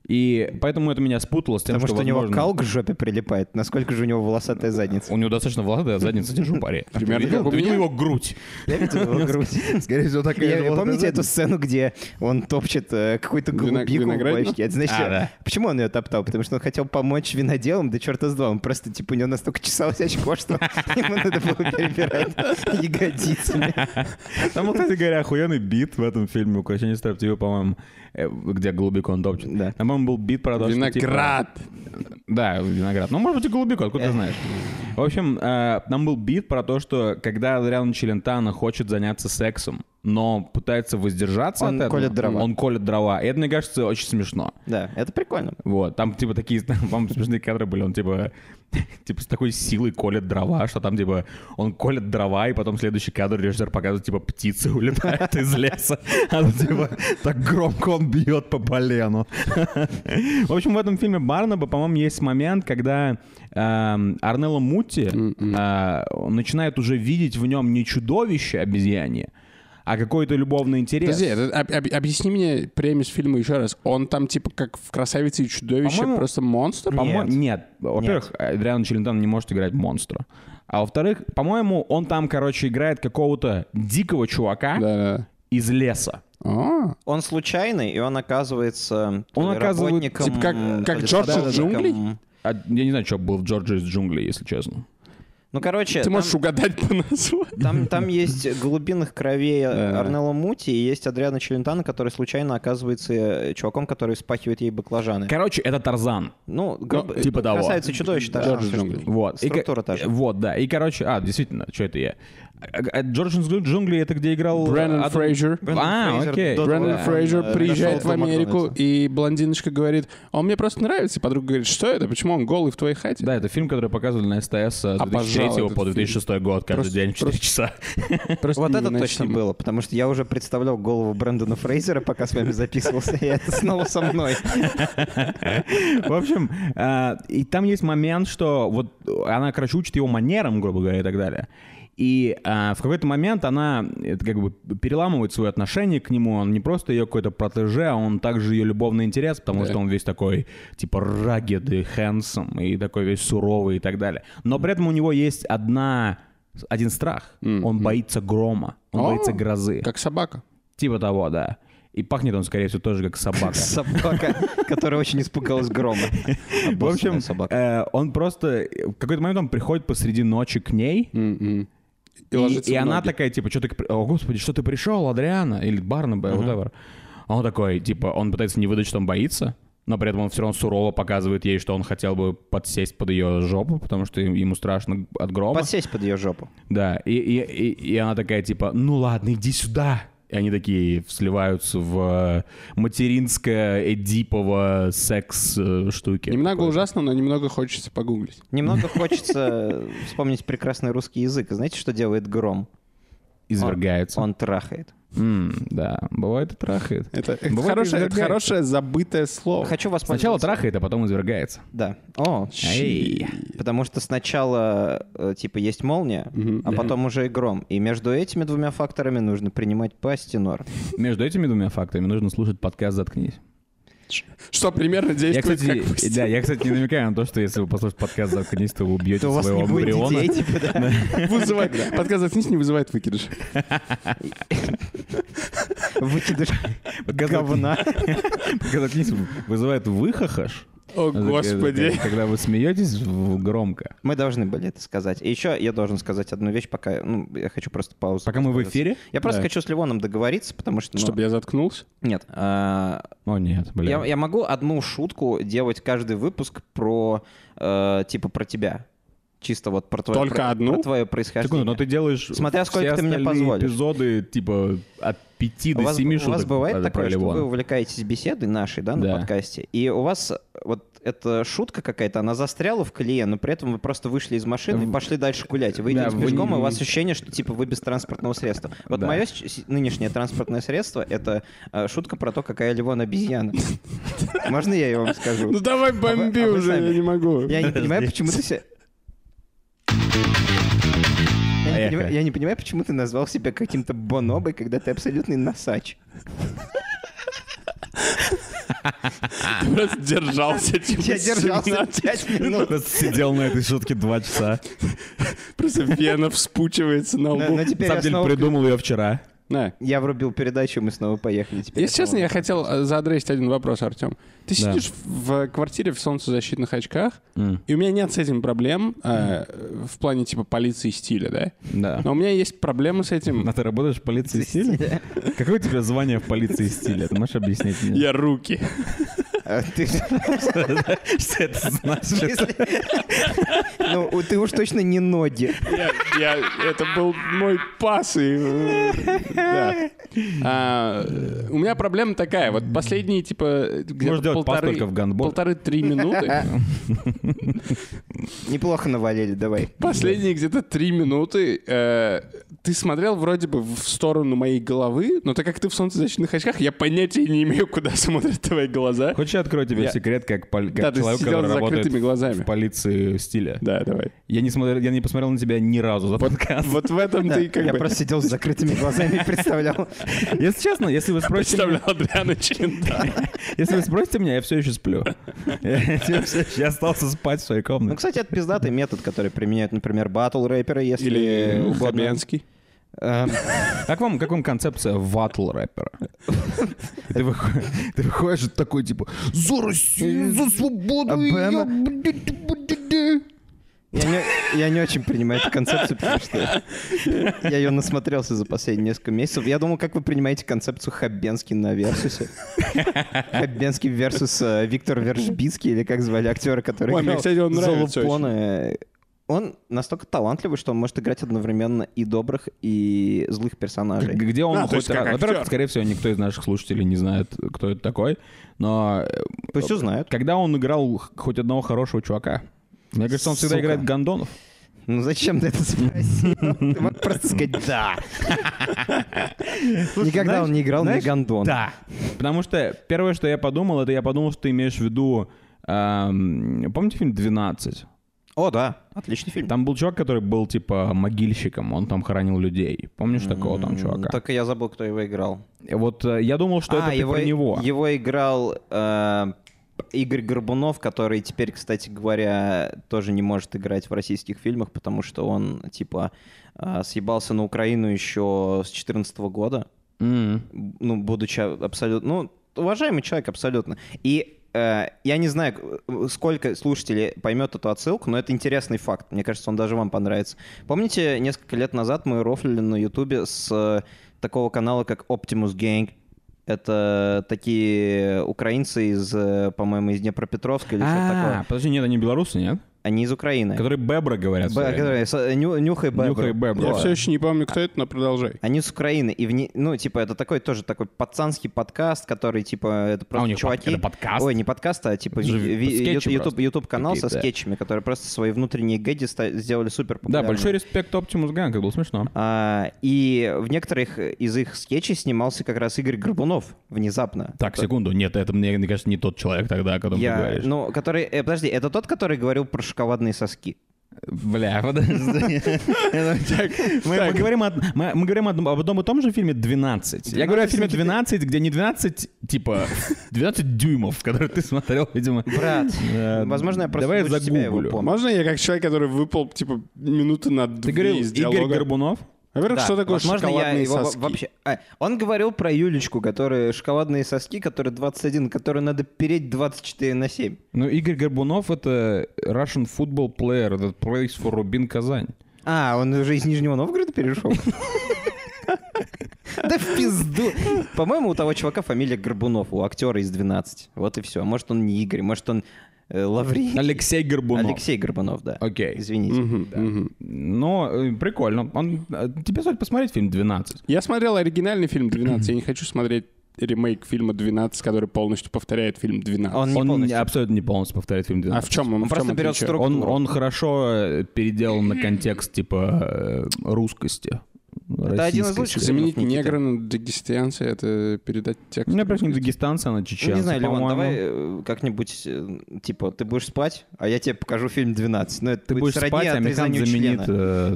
S3: И поэтому это меня спутало с тем,
S2: Потому что, у него
S3: возможно,
S2: кал к жопе прилипает. Насколько же у него волосатая задница?
S3: У него достаточно волосатая задница, держу паре.
S1: Примерно как у
S3: Ты видел
S1: меня.
S3: его грудь?
S2: Я видел его грудь.
S5: Скорее всего, так и
S2: Я-
S5: это было.
S2: помните эту сцену, где он топчет э, какую-то
S1: Вина-
S2: голубику в
S1: виноградину?
S2: бочке? Это значит,
S3: А, да.
S2: почему он ее топтал? Потому что он хотел помочь виноделам, да черта с два. Он просто, типа, у него настолько чесалось очко, что [laughs] ему надо было перебирать ягодицами.
S3: Там, вот, кстати говоря, охуенный бит в этом фильме «Украшение строптивого», по-моему, э, где голубику он топчет.
S2: Да.
S3: Там, по-моему, был бит про то, что, типа,
S1: Виноград.
S3: Да, виноград. Ну, может быть, и голубику, откуда ты знаешь. В общем, э, там был бит про то, что когда Адриан Челентано хочет заняться сексом, но пытается воздержаться
S2: Он
S3: от этого,
S2: колет дрова.
S3: он колет дрова. И это, мне кажется, очень смешно.
S2: Да, это прикольно.
S3: Вот, там, типа, такие, [laughs] там, по-моему, смешные кадры были, он, типа, [laughs] типа, с такой силой колет дрова, что там, типа, он колет дрова, и потом следующий кадр режиссер показывает, типа, птицы улетают из леса, [laughs] а тут, типа, так громко он бьет по полену. [laughs] В общем, в этом фильме Барнаба, по-моему, есть момент, когда эм, Арнелло Мутти
S1: М-м.
S3: э, он начинает уже видеть в нем не чудовище обезьянье, а какой-то любовный интерес.
S1: Подожди, это- об- об- объясни мне премис фильма еще раз. Он там типа как в «Красавице и чудовище»
S3: По-моему,
S1: просто монстр?
S3: По-мо- Нет. Во-первых, Адриан Челентан не может играть монстра. А во-вторых, по-моему, он там, короче, играет какого-то дикого чувака
S1: Да, А.
S3: из леса.
S1: да.
S2: Он случайный, и он оказывается то
S3: Он
S2: ли
S3: оказывает,
S2: работником,
S1: типа, как-
S2: то
S1: как
S2: ли
S1: Джордж из
S2: садовником.
S1: джунглей?
S3: А я не знаю, что был в Джорджи из джунглей, если честно.
S2: Ну, короче,
S1: Ты
S2: там-
S1: можешь угадать по названию.
S2: Там, там есть глубинных кровей
S1: Да.
S2: Арнелла Мути и есть Адриана Челентана, который случайно оказывается э, чуваком, который спахивает ей баклажаны.
S3: Короче, это Тарзан.
S2: Ну, грубо-
S3: типа того.
S2: красавица и чудовище. та же
S1: Джордж
S2: самая
S1: Джунгли.
S2: штука.
S3: Вот. И ко-
S2: Структура та же.
S3: Вот, да. И, короче, а, действительно, что это я? А, а, Джордж из джунглей это где играл... э,
S1: Брэннон
S3: Адам-
S1: Фрейзер.
S2: Брэннон
S3: А,
S2: Фрейзер,
S3: окей.
S2: Дон-
S1: Брэннон
S2: Да, он,
S1: Фрейзер
S2: э,
S1: приезжает в
S2: нашел Тома
S1: Америку,
S2: Макдональдса.
S1: и блондиночка говорит, «А он мне просто нравится. И подруга говорит, что это, почему он голый в твоей хате?
S3: Да, это фильм, который показывали на СТС э, с
S1: Обожал
S3: 2003
S1: этот
S3: по 2006 год, каждый
S1: Просто-
S3: день в 4
S1: просто-
S3: часа.
S1: Просто
S2: Вот это точно
S1: невыносимо.
S2: было, потому что я уже представлял голову Брэндона Фрейзера, пока с вами записывался, и это снова со мной.
S3: В общем, э, и там есть момент, что вот она, короче, учит его манерам, грубо говоря, и так далее. И э, в какой-то момент она э, это как бы переламывает свое отношение к нему. Он не просто ее какой-то протеже, а он также ее любовный интерес, потому
S1: Да.
S3: что он весь такой, типа, rugged и handsome, и такой весь суровый и так далее. Но при этом у него есть одна, один страх. Он боится грома, он
S1: О,
S3: боится грозы.
S1: А? Как собака.
S3: Типа того, да. И пахнет он, скорее всего, тоже как собака.
S2: Собака, которая очень испугалась грома.
S3: В общем,
S2: собака.
S3: э, он просто э, в какой-то момент он приходит посреди ночи к ней,
S1: М-м.
S3: и,
S1: ложится
S3: и
S1: в
S3: она
S1: ноги.
S3: такая, типа, что ты, к- о господи, что ты пришел, Адриана, или Барнаба, whatever. А он такой, типа, он пытается не выдать, что он боится, но при этом он все равно сурово показывает ей, что он хотел бы подсесть под ее жопу, потому что им- ему страшно от грома.
S2: Подсесть под ее жопу.
S3: Да, и, и, и, и она такая, типа, ну ладно, иди сюда. И они такие сливаются в э, материнское эдипово э, секс-штуки.
S1: Немного ужасно, но немного хочется погуглить.
S3: [laughs]
S2: Немного хочется вспомнить прекрасный русский язык. И Знаете, что делает гром?
S3: Извергается.
S2: Он трахает.
S3: М, да, бывает и трахает.
S1: Это, это
S3: Бывает,
S1: хорошее, это
S3: извергается.
S1: хорошее забытое слово.
S2: Хочу вас
S3: Сначала трахает, а потом извергается.
S2: Да. О,
S3: Эй.
S2: потому что сначала, э, типа, есть молния,
S1: Мгм.
S2: а потом уже и гром. И между этими двумя факторами нужно принимать пастинор.
S3: Между этими двумя фактами нужно слушать подкаст «Заткнись».
S1: Что примерно
S3: Я,
S1: действует
S3: кстати,
S1: как пусть.
S3: да, я, кстати, не намекаю на то, что если вы послушаете подкаст «Заткнись», то вы убьете
S2: То у вас
S3: своего
S2: не будет
S3: эмбриона.
S2: детей, типа, да?
S1: [laughs] Вызывает. Подкаст «Заткнись» не вызывает выкидыш.
S2: Выкидыш
S3: Подкаст
S2: говна.
S3: «Подкаст [laughs] «Заткнись» вызывает выхохош.
S1: О,
S3: Это
S1: господи.
S3: когда- Когда вы смеетесь в- громко.
S2: Мы должны были это сказать. И еще я должен сказать одну вещь, пока... Ну, я хочу просто паузу.
S3: Пока мы в
S2: воспользоваться.
S3: эфире?
S2: Я просто
S1: Да.
S2: хочу с Ливоном договориться, потому что... ну,
S1: Чтобы я заткнулся?
S2: Нет. а,
S3: О, нет, блин.
S2: Я, я могу одну шутку делать каждый выпуск про, э, типа, про тебя. Чисто вот про твое,
S1: Только
S2: про-
S1: одну?
S2: про твое происхождение.
S3: Секунду, но ну, ты делаешь
S2: Смотря сколько
S3: все
S2: ты мне
S3: остальные
S2: позволишь.
S3: эпизоды, типа, от 5
S2: А у
S3: до
S2: вас,
S3: 7
S2: у
S3: шуток.
S2: вас бывает
S3: даже
S2: такое,
S3: про
S2: что
S3: Ливона.
S2: вы увлекаетесь беседой нашей, да, на
S3: Да.
S2: подкасте, и у вас э, вот эта шутка какая-то, она застряла в колее, но при этом вы просто вышли из машины и
S3: В-
S2: пошли дальше гулять. Вы
S3: Да,
S2: идете
S3: вы
S2: пешком,
S3: не-
S2: и у вас ощущение, что типа вы без транспортного средства. Вот
S3: Да.
S2: мое с- с- нынешнее транспортное средство — это э, шутка про то, какая Ливон
S3: [laughs]
S2: обезьяна. Можно я ее вам скажу?
S1: Ну давай
S2: вы-
S1: бомби
S2: а вы
S1: уже,
S2: сами.
S1: я не могу.
S2: Я не понимаю, почему ты себя... Я не,
S3: Поехали.
S2: понимаю, я не понимаю, почему ты назвал себя каким-то бонобой, когда ты абсолютный носач.
S1: Просто держался.
S3: [laughs]
S1: типа,
S2: Я держался
S1: 17.
S2: 5 минут.
S3: Просто [laughs] сидел на этой шутке 2 часа.
S1: Просто вена вспучивается на
S2: Но,
S1: лбу.
S2: но
S3: На
S2: Ну, теперь я
S3: самом деле
S2: снова-
S3: придумал ее вчера.
S1: На.
S2: Я врубил передачу, и мы снова поехали. Теперь
S1: Если честно, я хотел э, задресить один вопрос, Артем. Ты
S3: Да.
S1: сидишь в э, квартире в солнцезащитных очках,
S3: М,
S1: и у меня нет с этим проблем э, в плане типа полиции стиля, да?
S3: Да.
S1: Но у меня есть проблемы с этим.
S3: А ты работаешь в полиции стиля? Какое у тебя звание в полиции стиля? Ты можешь объяснить мне?
S1: Я руки.
S2: [laughs] А ты-
S3: [laughs] Что это значит?
S2: если- Ну, у- ты уж точно не ноги.
S1: Я- я- это был мой пас. и, э, да. А, э, у меня проблема такая. Вот последние, типа,
S3: Можешь
S1: где-то
S3: делать пас
S1: полторы-
S3: только в гандбол.
S1: полторы-три минуты.
S2: Неплохо навалили, давай.
S1: Последние где-то три минуты э, ты смотрел вроде бы в сторону моей головы, но так как ты в солнцезащитных очках, я понятия не имею, куда смотрят твои глаза.
S3: Хочешь, я открою тебе
S1: Я-
S3: секрет, как, пол- как
S1: Да, ты
S3: человек,
S1: сидел
S3: который
S1: с
S3: работает
S1: закрытыми глазами.
S3: в полиции стиля?
S1: Да, давай.
S3: Я не смотрел, я не посмотрел на тебя ни разу за подкаст.
S1: Вот в этом
S2: Да,
S1: ты как
S2: Я
S1: бы
S2: просто сидел с закрытыми глазами и представлял.
S3: [laughs] Если честно, если вы спросите,
S1: [laughs]
S3: меня-
S1: представлял Адриана Челентана.
S3: если вы спросите меня, я все
S1: [laughs]
S3: еще сплю. Я всё ещё- я остался спать в своей
S2: Ну,
S3: комнате.
S2: кстати, это пиздатый метод, который применяют, например, батл-рэперы, если
S1: Или
S2: угодно.
S1: Фабианский.
S2: Эм,
S3: Как вам, как вам концепция ватл рэпера?
S1: [laughs]
S3: Ты выходишь, ты выходишь и такой типа за Россию, за свободу.
S1: Э,
S3: и я
S2: Обама.
S3: бди-ди-бди-ди».
S2: Я не, я не очень принимаю эту концепцию, потому что я ее насмотрелся за последние несколько месяцев. Я думал, как вы принимаете концепцию Хабенский на Версусе? Хабенский versus э, Виктор Вержбицкий, или как звали актера, который
S1: Ой, мне,
S2: играл
S1: кстати, он нравится
S2: Золупона. Э, Он настолько талантливый, что он может играть одновременно и добрых, и злых персонажей.
S3: Где он
S1: А, то
S3: хоть
S1: есть как
S3: раз- Во-первых,
S1: актер.
S3: скорее всего, никто из наших слушателей не знает, кто это такой. Но э,
S2: Пусть узнают.
S3: когда он играл х- хоть одного хорошего чувака, мне кажется, он всегда
S2: Сука.
S3: играет гондонов.
S2: Ну зачем ты это спросил? Ты мог просто сказать «да». Никогда он не играл на
S3: знаешь,
S2: Гондон.
S3: Да. Потому что первое, что я подумал, это я подумал, что ты имеешь в виду... эм, помните фильм «12»?
S2: О, да. Отличный фильм.
S3: Там был чувак, который был, типа, могильщиком, он там хоронил людей. Помнишь такого там чувака?
S2: Только я забыл, кто его играл.
S3: Вот э, я думал, что
S2: А,
S3: это ты
S2: его,
S3: про него.
S2: Его играл э, Игорь Горбунов, который теперь, кстати говоря, тоже не может играть в российских фильмах, потому что он, типа, э, съебался на Украину еще с 14 года,
S3: М.
S2: ну, будучи абсолютно... Ну, уважаемый человек абсолютно. И э, я не знаю, э, сколько слушателей поймет эту отсылку, но это интересный факт. Мне кажется, он даже вам понравится. Помните, несколько лет назад мы рофлили на Ютубе с э, такого канала, как Optimus Gang? Это такие украинцы из, э, по-моему, из Днепропетровска или что-то такое.
S3: А, подожди, нет, они белорусы, нет?
S2: Они из Украины.
S3: А. Которые бебра говорят.
S2: Б-
S3: А, всё время.
S2: которые со- ню- Нюхай бебру.
S3: Нюхай бебру.
S1: Я
S3: Вот.
S1: все еще не помню, кто это, но продолжай.
S2: Они с Украины, и в ней- ну, типа, это такой тоже такой пацанский подкаст, который, типа, это просто
S3: А у них
S2: чуваки...
S3: под- это подкаст?
S2: Ой, не подкаст, а, типа,
S3: Это же
S2: ви- ви-
S3: скетчи
S2: ютуб-
S3: просто
S2: ютуб- канал со
S3: какие-то.
S2: скетчами, которые просто свои внутренние гэди ста- сделали супер
S3: Да, большой респект Optimus Gang, это было смешно.
S2: А, и в некоторых из их скетчей снимался как раз Игорь Горбунов внезапно.
S3: Так, секунду, нет, это, мне, мне кажется, не тот человек тогда, о котором
S2: Я-
S3: ты говоришь.
S2: ну, который, э, подожди, это тот, который говорил про шоколадные
S3: [laughs]
S2: соски. [laughs]
S3: Бля, [laughs] подожди. Мы мы говорим о- мы- мы говорим о- об одном и том же фильме «12». Я говорю о фильме «12», где не 12, типа, [laughs] 12 дюймов, которые ты смотрел, видимо.
S2: Брат,
S3: Э,
S2: возможно, я просто
S3: давай
S2: лучше тебя его
S3: загуглю.
S2: помню.
S1: Можно я как человек, который выпал, типа, минуты на две
S3: Ты говорил
S1: из
S3: Игорь
S1: диалога?
S3: Горбунов?
S1: Во-первых,
S2: Да,
S1: Ну, что такое
S2: возможно, я
S1: шоколадные
S2: его во-
S1: соски?
S2: вообще- а, он говорил про Юлечку, которая шоколадные соски, которые 21, которые надо переть 24 на 7.
S3: Ну, Игорь Горбунов — это Russian football player, that plays for Рубин Казань.
S2: А, он уже из Нижнего Новгорода перешел? Да в пизду. По-моему, у того чувака фамилия Горбунов, у актера из 12. Вот и все. Может, он не Игорь, может, он э, Лаврий.
S3: Алексей Горбунов.
S2: Алексей Горбунов, да.
S3: Окей.
S2: Извините.
S1: Мгм, мгм.
S3: Ну, э, прикольно. Он, э, тебе стоит посмотреть фильм «12».
S1: Я смотрел оригинальный фильм «12», я не хочу смотреть ремейк фильма «12», который полностью повторяет фильм «12».
S2: Он не
S3: Он
S2: полностью.
S3: абсолютно не полностью повторяет фильм «12».
S1: А в чем он?
S2: Он
S1: в чём
S2: просто берет
S1: отличие?
S2: строк-
S3: Он,
S2: Структуру.
S3: он хорошо э, переделан на контекст типа э, русскости.
S2: Это один из
S3: российской.
S2: лучших.
S1: Заменить
S2: Никита.
S1: негра на дагестанца — это передать текст.
S3: Ну, я, например, не дагестанцы, она
S2: Ну,
S3: чеченцы,
S2: не знаю, Леван,
S3: по-моему.
S2: давай э, как-нибудь, э, типа, ты будешь спать, а я тебе покажу фильм «12». Но это
S3: Ты будешь спать, а Михан заменит э,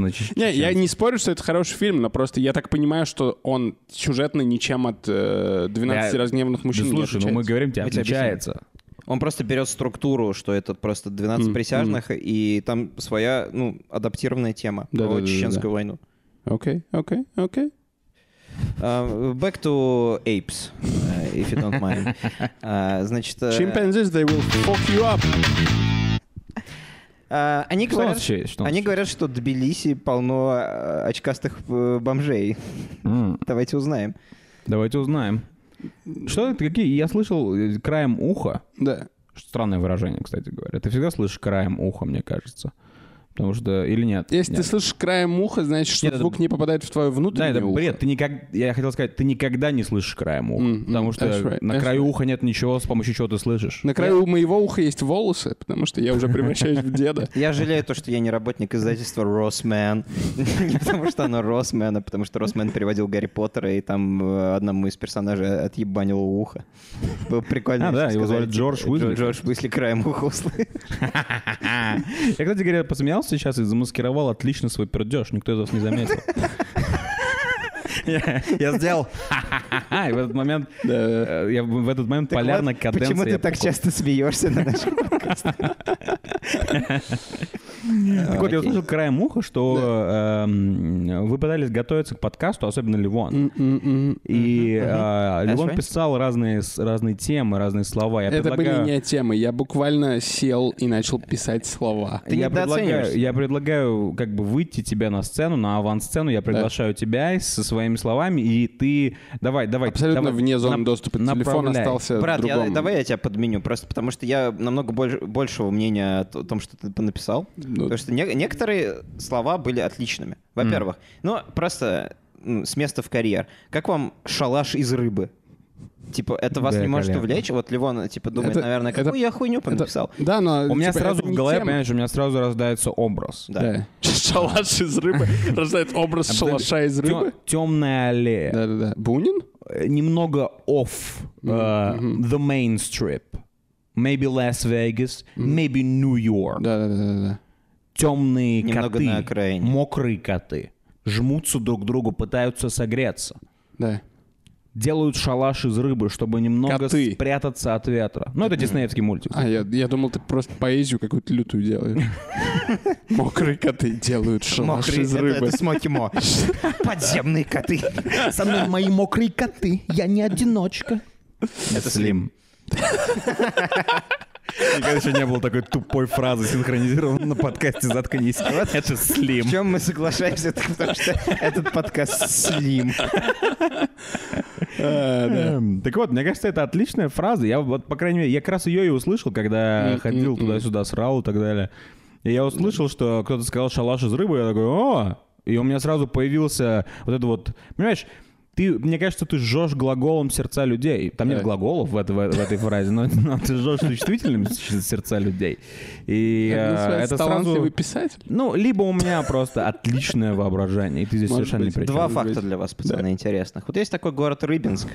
S2: [laughs]
S3: на чеченца.
S1: Не, я не спорю, что это хороший фильм, но просто я так понимаю, что он сюжетно ничем от э, 12
S3: Да,
S1: разгневанных
S3: Да
S1: мужчин не
S3: слушай, ну мы
S1: отличается.
S3: говорим тебе,
S2: Мы тебе
S3: отличается.
S2: Он просто берет структуру, что это просто 12
S1: М,
S2: присяжных, и там своя, ну, адаптированная тема
S1: Да,
S2: про
S1: да, да,
S2: Чеченскую
S1: да.
S2: войну.
S1: Окей, окей, окей.
S2: А, back to apes, э, if you don't
S3: [laughs]
S2: mind. А, Значит, э,
S1: Chimpanzees, they will fuck you up.
S2: а, они
S3: Что у нас
S2: говорят...
S3: еще есть? Что у нас
S2: Они
S3: еще
S2: говорят, что Тбилиси полно э, очкастых э, бомжей.
S3: есть? М,
S2: Давайте узнаем.
S3: Давайте узнаем. Что это, какие? Я слышал э, краем уха.
S1: Да.
S3: Странное выражение, кстати говоря. Ты всегда слышишь краем уха, мне кажется. Потому что... Или нет?
S1: Если
S3: Нет.
S1: ты слышишь краем уха, значит, что
S3: Нет, это-
S1: звук не попадает в твое
S3: Да,
S1: внутреннее
S3: это
S1: ухо.
S3: бред. Ты никак... Я хотел сказать, ты никогда не слышишь краем уха.
S1: Мгм.
S3: Потому что
S1: That's right,
S3: на
S1: that's
S3: краю
S1: right.
S3: уха нет ничего, с помощью чего ты слышишь.
S1: На краю моего уха есть волосы, потому что я уже превращаюсь в [laughs] деда.
S2: Я жалею то, что я не работник издательства Росмен. [laughs] Не потому что оно Росмен, а потому что Росмен переводил Гарри Поттера, и там э, одному из персонажей отъебанило ухо. Было прикольно.
S3: А, да,
S2: если
S3: его
S2: сказали,
S3: звали
S2: типа,
S3: Джордж Уизли.
S2: Джордж Уизли краем уха услышал.
S3: Я, кстати говоря, посмеялся сейчас и замаскировал отлично свой пердеж. Никто из вас
S1: [laughs]
S3: не заметил. Я я сделал. [laughs] И в этот момент
S1: Да.
S3: э, я в этот момент
S2: Так
S3: полярно
S2: вот, Почему ты так часто смеешься на нашем подкасте?
S3: Так вот, Э,
S2: Окей.
S3: я услышал краем уха, что эм, вы пытались готовиться к подкасту, особенно Ливон.
S1: М-м-м.
S3: И э, Ливон
S2: right.
S3: писал разные с- разные темы, разные слова. Я
S1: Это были
S3: предлагаю-
S1: не темы. Я буквально сел и начал писать слова.
S2: Ты
S3: я,
S2: недооцениваешь
S3: предлагаю,
S2: себя.
S3: я предлагаю как бы выйти тебе на сцену, на авансцену. Я приглашаю тебя и со своими словами, и ты... Давай, давай.
S1: Абсолютно
S3: давай,
S1: вне зоны
S3: нап-
S1: доступа. Телефон
S3: направляй.
S1: остался
S2: Брат,
S1: в
S2: я-
S1: другом.
S2: давай я тебя подменю, просто потому что я намного больш- большего мнения о т- о том, что ты написал.
S1: Ну,
S2: Потому что не- некоторые слова были отличными. Во-первых, ну просто м, с места в карьер. Как вам шалаш из рыбы? Типа, это вас не может
S3: Великолепно.
S2: увлечь? Вот Ливон, типа, думает,
S1: Это-
S2: наверное,
S1: это-
S2: какую я хуйню
S1: это-
S2: написал.
S1: Да, но...
S3: У меня
S1: типа,
S3: сразу
S1: это
S3: в
S1: не
S3: голове,
S1: тема.
S3: понимаешь, у меня сразу рождается образ.
S2: Да.
S1: Да. [laughs] Шалаш из [laughs] рыбы. Рождает образ шалаша из рыбы.
S3: Темная аллея.
S1: Типа, Да-да-да. Бунин?
S3: Э, Немного off э, the main strip. Maybe Las Vegas, maybe New York.
S1: Да-да-да.
S3: Темные
S2: Немного
S3: коты,
S2: на окраине.
S3: мокрые коты, жмутся друг к другу, пытаются согреться.
S1: Да.
S3: делают шалаш из рыбы, чтобы немного
S1: Коты.
S3: спрятаться от ветра. Ну, это диснеевский мультик.
S1: А, я, я думал, ты просто поэзию какую-то лютую [laughs] делаешь. Мокрые коты делают шалаш
S2: Мокрые,
S1: из
S2: это,
S1: рыбы.
S2: это
S1: [laughs]
S2: Смоки Мо. Подземные коты.
S3: Со мной мои мокрые коты, я не одиночка. Это Слим. Никогда еще не было такой тупой фразы, синхронизированной на подкасте «Заткнись». Это Слим.
S2: В чем мы соглашаемся? Это потому что этот подкаст слим.
S1: А,
S3: Эм, Так вот, мне кажется, это отличная фраза. Я вот, по крайней мере, я как раз ее и услышал, когда
S1: М,
S3: ходил
S1: м,
S3: туда-сюда, срал и так далее. И я услышал, что кто-то сказал шалаш из рыбы, я такой, о! И у меня сразу появился вот это вот, понимаешь, ты, мне кажется, ты жжешь глаголом сердца людей. Там нет
S1: Да.
S3: глаголов в, это- в- в этой фразе, но, но ты жжешь существительным с- сердца людей. И э, это
S1: Талантливый
S3: сразу...
S1: писатель.
S3: Ну, либо у меня просто отличное воображение, и ты здесь
S1: Может
S3: совершенно не
S1: быть.
S3: при чём.
S2: Два
S1: быть.
S2: факта для вас, пацаны, интересных. Вот есть такой город Рыбинск.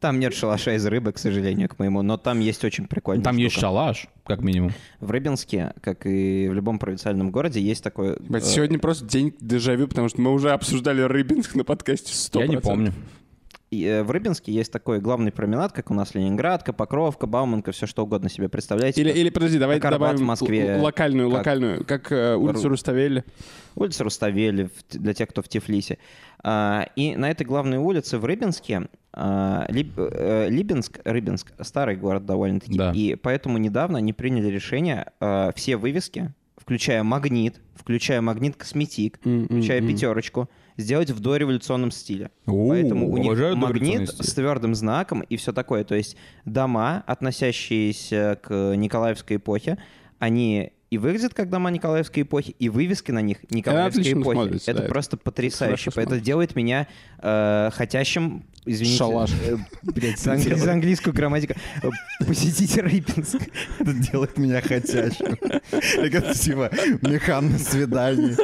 S2: Там нет шалаша из рыбы, к сожалению, к моему, но там есть очень прикольная
S3: Там есть
S2: штука.
S3: шалаш, как минимум.
S2: В Рыбинске, как и в любом провинциальном городе, есть такой...
S1: Блядь,
S2: э,
S1: Сегодня просто день дежавю, потому что мы уже обсуждали Рыбинск на подкасте 100%.
S3: Я не помню.
S2: и, э, в Рыбинске есть такой главный променад, как у нас Ленинградка, Покровка, Бауманка, все что угодно себе представляете.
S1: Или,
S2: Как
S1: или подожди, давай
S2: Как Арбат в
S1: добавим
S2: Москве. э,
S1: л- локальную,
S2: Как?
S1: локальную, как э, улицу
S2: Ру-
S1: Руставели.
S2: Улица Руставели, в- для тех, кто в Тифлисе. А, И на этой главной улице в Рыбинске, а, Либ- э, Либинск, Рыбинск, старый город довольно-таки,
S3: Да.
S2: и поэтому недавно они приняли решение а, все вывески, включая «Магнит», включая «Магнит-косметик», включая «Пятерочку», сделать в дореволюционном стиле.
S3: У,
S2: Поэтому у них
S3: обожаю дореволюционный
S2: магнит [laughs]
S3: стиль.
S2: с твердым знаком и все такое. То есть дома, относящиеся к Николаевской эпохе, они и выглядят как дома Николаевской эпохи, и вывески на них Николаевской
S1: отлично
S2: эпохи.
S1: смотрится,
S2: это
S1: да, это
S2: просто потрясающе.
S1: хорошо
S2: Это делает меня э, хотящим, извините...
S1: Шалаш.
S2: э, блядь, за, англи- за английскую грамматику. Э, Посетите Рыбинск.
S5: Это делает меня хотящим. Так Это типа механ на свидании.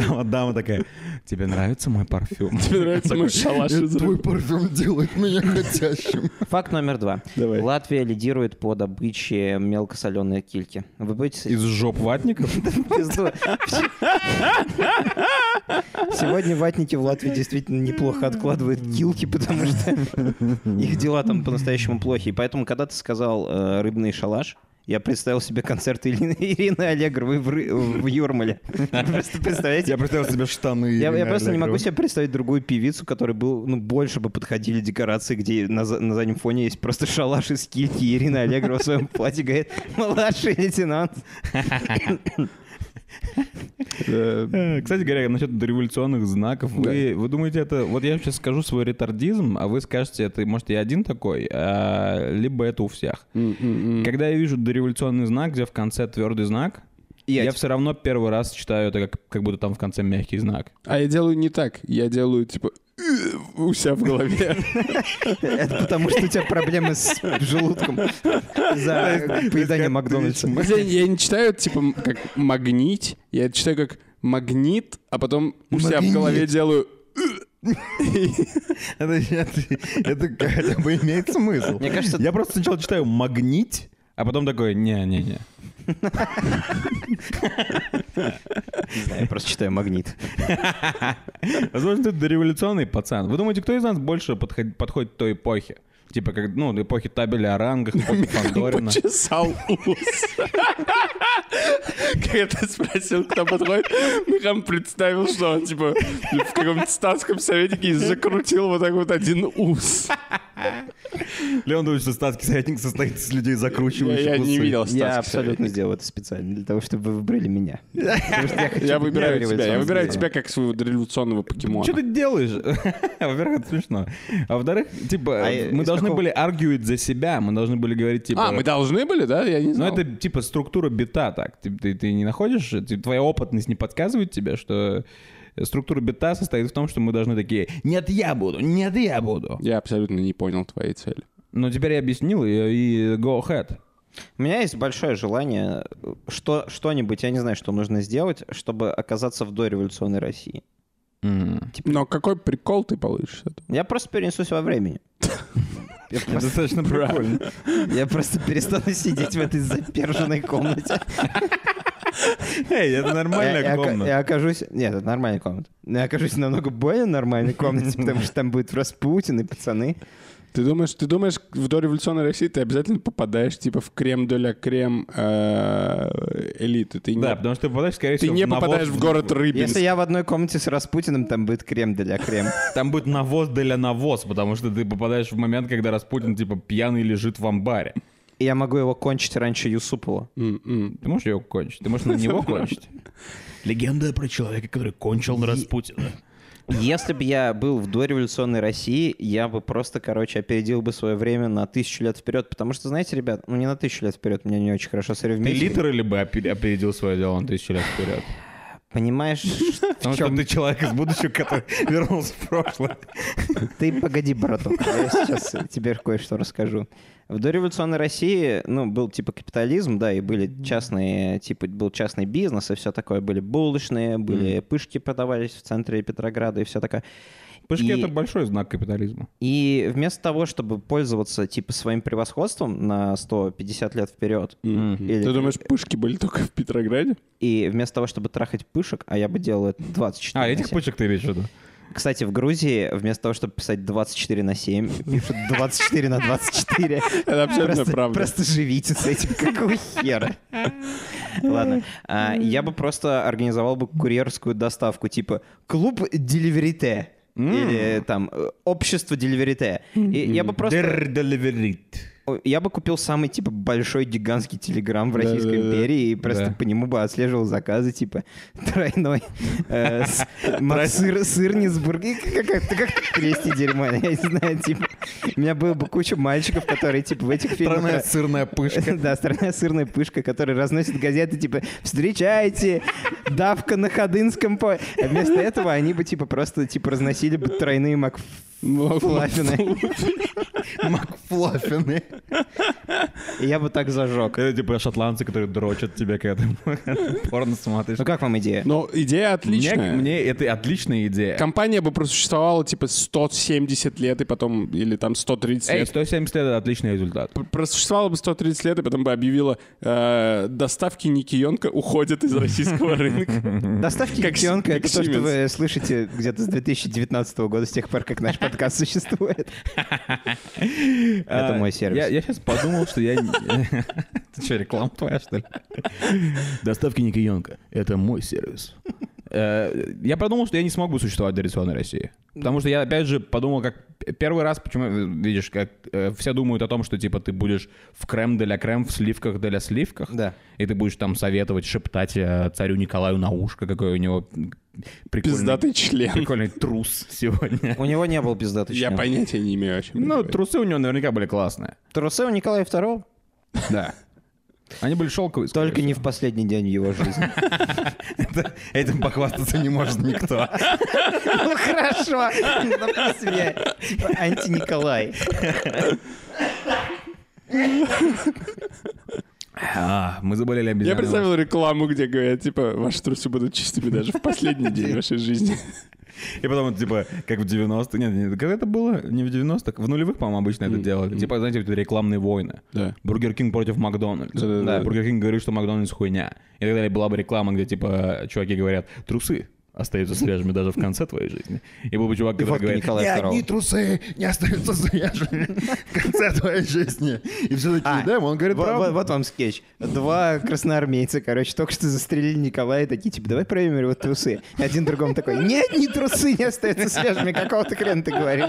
S3: Дама, дама такая, тебе нравится мой парфюм?
S1: Тебе нравится мой шалаш из
S5: Твой
S1: рыбы?
S5: парфюм делает меня хотящим.
S2: Факт номер два.
S1: Давай.
S2: Латвия лидирует по добыче мелкосоленой кильки. Вы будете
S3: [laughs] Из жоп ватников?
S2: пизду. Сегодня ватники в Латвии действительно неплохо откладывают килки, потому что их дела там по-настоящему плохи. И поэтому, когда ты сказал э, «рыбный шалаш», я представил себе концерт Ирины, Ирины Аллегровой в, Ры- в Юрмале. Просто представляете?
S5: Я представил себе штаны.
S2: Я, я
S5: Ирины
S2: просто не могу
S5: Аллегровой.
S2: себе представить другую певицу, которой был, ну, больше бы подходили декорации, где на, за- на заднем фоне есть просто шалаш из кильки. и Ирина Аллегрова в своем платье говорит «Младший лейтенант».
S3: Э, Кстати говоря, насчет дореволюционных знаков, вы, вы думаете, это... Вот я сейчас скажу свой ретардизм, а вы скажете, это, может, я один такой, а, либо это у всех. Когда я вижу дореволюционный знак, где в конце твердый знак, я, все равно первый раз читаю это, как, как будто там в конце мягкий знак.
S1: А я делаю не так. Я делаю, типа, у себя в
S2: [laughs]
S1: голове.
S2: Это потому, что у тебя проблемы с желудком за поедание Макдональдса.
S1: Я, я не читаю, типа, м- как магнить. Я читаю как магнит, а потом у себя в
S5: Магнит.
S1: голове делаю...
S5: Это, это- это хотя бы имеет смысл.
S2: Мне кажется,
S3: Я просто сначала читаю «магнить», а потом такой «не-не-не».
S2: не знаю, я просто читаю магнит.
S3: Возможно, ты дореволюционный пацан. Вы думаете, кто из нас больше подход- подходит той эпохе? Типа, как, ну, эпохи табеля о рангах, эпохи Фандорина.
S1: Почесал ус. Когда ты спросил, кто подходит, Михам представил, что он, типа, в каком-то статском советнике закрутил вот так вот один ус.
S3: Леон думает, что статский советник состоит из людей закручивающих
S1: Я я не
S3: усы.
S1: видел
S2: Я
S1: статских
S2: абсолютно сделал это специально для того, чтобы вы выбрали меня. Потому что хочу
S1: Я
S2: быть
S1: выбираю тебя. Я
S2: революционным
S1: выбираю
S2: зрителем.
S1: тебя как своего революционного покемона. А,
S3: Что ты делаешь? [laughs] Во-первых, это смешно. А во-вторых, типа,
S2: А из
S3: мы должны
S2: какого-
S3: были аргюить за себя, мы должны были говорить, типа...
S1: А, мы должны были, да? Я не
S3: Ну,
S1: знал.
S3: это типа структура бита, так. Ты, ты- ты не находишь, Ты- твоя опытность не подсказывает тебе, что э, структура бита состоит в том, что мы должны такие «Нет, я буду! Нет, я буду!»
S1: Я абсолютно не понял твоей цели.
S3: Но теперь я объяснил, и, и go ahead.
S2: У меня есть большое желание э, что, что-нибудь, я не знаю, что нужно сделать, чтобы оказаться в дореволюционной России.
S1: Но какой прикол ты получишь? от этого?
S2: Я просто перенесусь во времени. Я
S3: Это
S1: [laughs]
S2: просто-
S3: достаточно прикольно.
S2: Я просто перестану сидеть в этой заперженной комнате.
S3: Эй, это
S2: Я-
S1: Э,
S3: нормальная
S2: я, ока-
S3: комната.
S2: я окажусь... Нет, это нормальная комната. Но я окажусь в намного более нормальной
S3: [laughs]
S2: комнате, потому что там будет Распутин и пацаны.
S1: Ты думаешь, ты думаешь, в дореволюционной России ты обязательно попадаешь типа в крем доля крем э, элиты. Ты не,
S3: Да, потому что ты попадаешь, скорее
S1: ты
S3: всего,
S1: не
S3: в навоз-
S1: попадаешь в город Рыбинск.
S2: Если я в одной комнате с Распутиным, там будет крем для крем.
S3: Там будет навоз для навоз, потому что ты попадаешь в момент, когда Распутин, типа, пьяный лежит в амбаре.
S2: И я могу его кончить раньше Юсупова.
S1: М, м.
S3: Ты можешь
S1: [laughs]
S3: его кончить? Ты можешь на него кончить?
S5: Легенда про человека, который кончил на Распутина.
S2: Если бы я был в дореволюционной России, я бы просто, короче, опередил бы свое время на тысячу лет вперед. Потому что, знаете, ребят, ну не на тысячу лет вперед, мне не очень хорошо с
S3: Ты
S2: арифметикой.
S3: литерали бы опе- опередил свое дело на тысячу лет вперед.
S2: Понимаешь,
S3: [laughs] Потому что ты человек из будущего, который [laughs] вернулся в прошлое.
S2: Ты погоди, браток, а я сейчас тебе кое-что расскажу. В дореволюционной России, ну, был типа капитализм, да, и были частные, типа, был частный бизнес и все такое. Были булочные, были пышки продавались в центре Петрограда и все такое.
S3: Пышки —
S2: И-
S3: это большой знак капитализма.
S2: И вместо того, чтобы пользоваться, типа, своим превосходством на 150 лет вперед, или-
S1: Ты думаешь, пышки были только в Петрограде?
S2: и вместо того, чтобы трахать пышек, а я бы делал это 24
S3: А,
S2: на
S3: этих
S2: семь.
S3: пышек ты имеешь в виду?
S2: Кстати, в Грузии вместо того, чтобы писать 24 на 7, пишут 24 на 24.
S1: Это абсолютно
S2: Просто-
S1: правда.
S2: Просто живите с этим, какого хера. Ладно. А, Я бы просто организовал бы курьерскую доставку, типа клуб Деливерите. Или там э, общество Деливерите. И я бы просто... О, Я бы купил самый, типа, большой гигантский телеграм в Российской
S1: Да-да-да.
S2: империи и просто
S3: Да.
S2: по нему бы отслеживал заказы, типа, [laughs] тройной э, с- мат- сыр сырнисбург. И Как как- ты как трести дерьма, я не знаю, типа. У меня было бы куча мальчиков, которые, типа, в этих фильмах...
S5: Странная
S2: [laughs]
S5: сырная пышка.
S2: Да, страна сырная пышка, которая разносит газеты, типа, встречайте, давка на Ходынском поле. А вместо этого они бы, типа, просто, типа, разносили бы тройные
S1: Ну,
S2: макфлаффины.
S5: Макфлаффины.
S2: И я бы так зажег.
S3: Это типа шотландцы, которые дрочат тебя, когда ты [laughs] порно смотришь.
S2: Ну как вам идея?
S1: Но идея
S3: Мне,
S1: отличная.
S3: мне это отличная идея.
S1: Компания бы просуществовала типа 170 лет и потом, или там 130
S3: Эй,
S1: лет.
S3: 170 лет — это отличный результат.
S1: Пр- Просуществовала бы 130 лет и потом бы объявила э, доставки Никиенко уходят из российского
S3: [laughs]
S1: рынка.
S2: Доставки
S1: Как Си-
S2: Ксенка — это то,
S1: как
S2: что
S1: Siemens.
S2: вы слышите где-то с 2019 года, с тех пор, как наш подкаст существует. Это
S3: А,
S2: мой сервис.
S3: Я, сейчас подумал, что я... [laughs] Ты что, реклама твоя, что ли? Доставки Никиенко. Это мой сервис. Э, Я подумал, что я не смог бы существовать в дореволюционной России. Потому что я, опять же, подумал, как первый раз, почему, э, видишь, как э, все думают о том, что, типа, ты будешь в крем для крем, в сливках для сливках.
S2: [laughs] Да.
S3: И ты будешь там советовать, шептать э, царю Николаю на ушко, какой у него прикольный,
S1: Пиздатый член.
S3: прикольный трус
S2: [laughs]
S3: сегодня.
S2: У него не было пиздатый
S1: Я
S2: член.
S1: понятия не имею, о чем ты
S3: Ну,
S1: говоришь.
S3: трусы у него наверняка были классные.
S2: Трусы у Николая II
S3: Да. Они были шелковые. скорее
S2: только не в последний день его жизни.
S3: [laughs] Этим похвастаться не может никто.
S2: [laughs] Ну хорошо, ну пусть я типа анти-Николай.
S3: А, мы заболели
S1: Я
S3: обезьяной.
S1: представил рекламу, где говорят, типа, ваши трусы будут чистыми даже
S3: [laughs]
S1: в последний день
S3: Типа.
S1: вашей жизни.
S3: И потом, типа, как в 90-х. Нет, нет, когда это было? Не в 90-х. В нулевых, по-моему, обычно это делали. Типа, знаете, вот эти рекламные войны.
S1: Да.
S3: Бургер Кинг против Макдональдс.
S1: Да-да-да.
S3: Бургер Кинг говорит, что Макдональдс хуйня. И так далее. Была бы реклама, где, типа, чуваки говорят, трусы остаются свежими даже в конце твоей жизни. И был бы чувак, который
S2: водка
S3: говорит,
S2: Николая
S5: Ни
S2: второго.
S5: одни трусы не остаются свежими в конце твоей жизни. И все
S2: А,
S5: таки да, он говорит
S2: вот, вот-
S5: правду.
S2: вот вам скетч. Два красноармейца, короче, только что застрелили Николая, и такие, типа, давай проверим его трусы. И Один другому такой, нет, не трусы не остаются свежими, какого ты хрена ты говорил?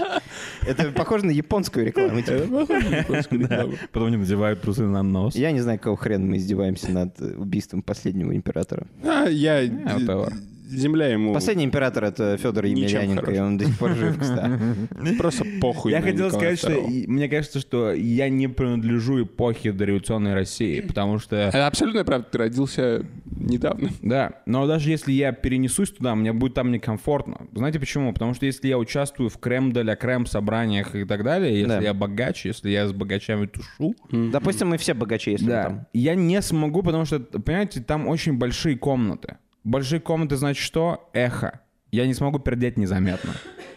S2: Это похоже на японскую рекламу. типа.
S3: потом они надевают трусы на нос.
S2: Я не знаю, какого хрена мы издеваемся над э, убийством последнего императора.
S1: А, я...
S3: whatever.
S1: Земля ему
S2: Последний император — это Федор
S1: Ничем
S2: Емельяненко, и
S1: хорошим.
S2: он до сих пор жив,
S3: [laughs]
S2: кстати.
S1: просто похуй.
S3: Я
S1: на
S3: хотел
S1: Николая
S3: сказать, что
S1: II.
S3: и- мне кажется, что я не принадлежу эпохе дореволюционной России, потому что...
S1: Это абсолютно правда, ты родился недавно.
S3: Да, но даже если я перенесусь туда, мне будет там некомфортно. Знаете почему? Потому что если я участвую в крем для крем собраниях и так далее, если
S2: Да.
S3: я богач, если я с богачами тушу,
S2: Допустим, мы все богачи, если
S3: да,
S2: вы там.
S3: я не смогу, потому что, понимаете, там очень большие комнаты. Большие комнаты значит что? Эхо. Я не смогу пердеть незаметно.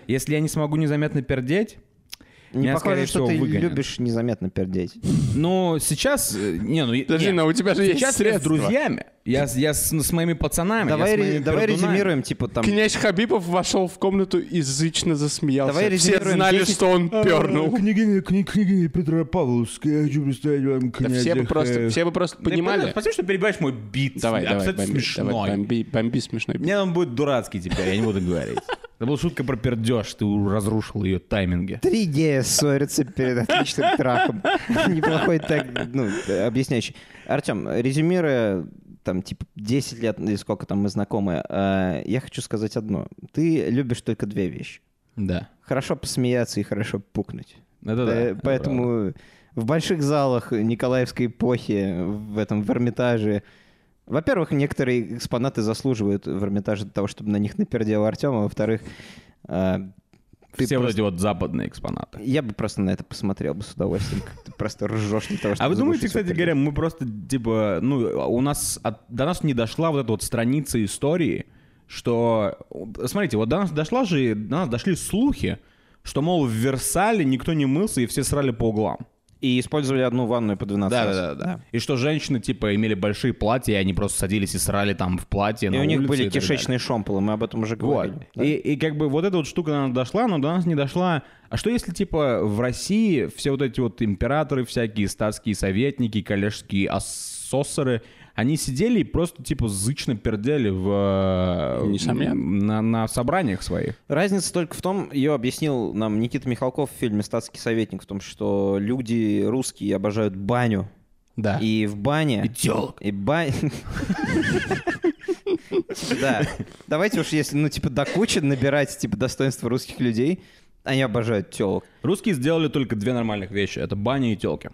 S3: Если я не смогу незаметно пердеть,
S2: Не
S3: Меня, скорее
S2: похоже, что
S3: всего,
S2: ты
S3: выгонят.
S2: любишь незаметно
S3: [laughs]
S2: пердеть.
S3: ну сейчас... э, Не, ну...
S1: Подожди,
S3: не.
S1: но у тебя же есть
S3: Сейчас я с
S1: средства.
S3: друзьями. Я, с- я с, с моими пацанами.
S2: Давай
S3: я с моими
S2: ре- давай
S3: пердунами.
S2: резюмируем, типа, там...
S1: Князь Хабибов вошел в комнату и язычно засмеялся.
S2: Давай
S1: Все
S2: резюмируем
S1: знали,
S2: 10
S1: что он
S3: А,
S1: пернул.
S5: А, Княгиня, княгиня Петра Павловская, я хочу представить вам
S1: Да все бы просто, все бы просто
S3: Ты
S1: понимали.
S3: Спасибо, что перебиваешь мой бит.
S1: Давай, давай,
S3: Абсолютно
S1: бомби,
S3: смешной.
S1: давай, бомби, бомби смешной.
S3: Мне он будет дурацкий теперь, я не буду говорить. Это была шутка про пердеж, ты разрушил ее тайминги.
S2: Три гея ссорятся перед [laughs] отличным трахом. Неплохой так, ну, объясняющий. Артем, резюмируя там, типа, 10 лет, или сколько там мы знакомы, э, я хочу сказать одно. Ты любишь только две вещи.
S3: Да.
S2: Хорошо посмеяться и хорошо пукнуть.
S3: Это да.
S2: Э,
S3: это
S2: Поэтому
S3: правда.
S2: в больших залах Николаевской эпохи, в этом, в Эрмитаже, во-первых, некоторые экспонаты заслуживают в Эрмитаже того, чтобы на них напердел Артем, а во-вторых, э, ты
S3: Все вот
S2: просто-
S3: эти вот западные экспонаты.
S2: я бы просто на это посмотрел бы с удовольствием, как ты просто ржешь на того,
S3: А вы
S2: заглушить
S3: думаете,
S2: всё
S3: кстати
S2: прилив.
S3: говоря, мы просто, типа, ну, у нас, от- до нас не дошла вот эта вот страница истории, что, смотрите, вот до нас дошла же, до нас дошли слухи, что, мол, в Версале никто не мылся и все срали по углам.
S2: И использовали одну ванную по 12 раз.
S3: И что женщины, типа, имели большие платья, и они просто садились и срали там в платье
S2: И
S3: на
S2: у них
S3: улице и
S2: были
S3: так далее.
S2: кишечные шомполы, мы об этом уже
S3: Вот.
S2: говорили. Да.
S3: И, и как бы вот эта вот штука до нас дошла, но до нас не дошла. А что если, типа, в России все вот эти вот императоры всякие, статские советники, коллежские ассосоры, они сидели и просто, типа, зычно пердели в... э,
S1: Несомненно.
S3: На, на собраниях своих.
S2: Разница только в том, ее объяснил нам Никита Михалков в фильме «Статский советник», в том, что люди русские обожают баню.
S3: Да. И,
S2: И в бане...
S3: телок.
S2: И баня... [laughs] Да. Давайте уж, если, ну, типа, до кучи набирать, типа, достоинства русских людей, они обожают телок.
S3: Русские сделали только две нормальных вещи. Это баня и телки.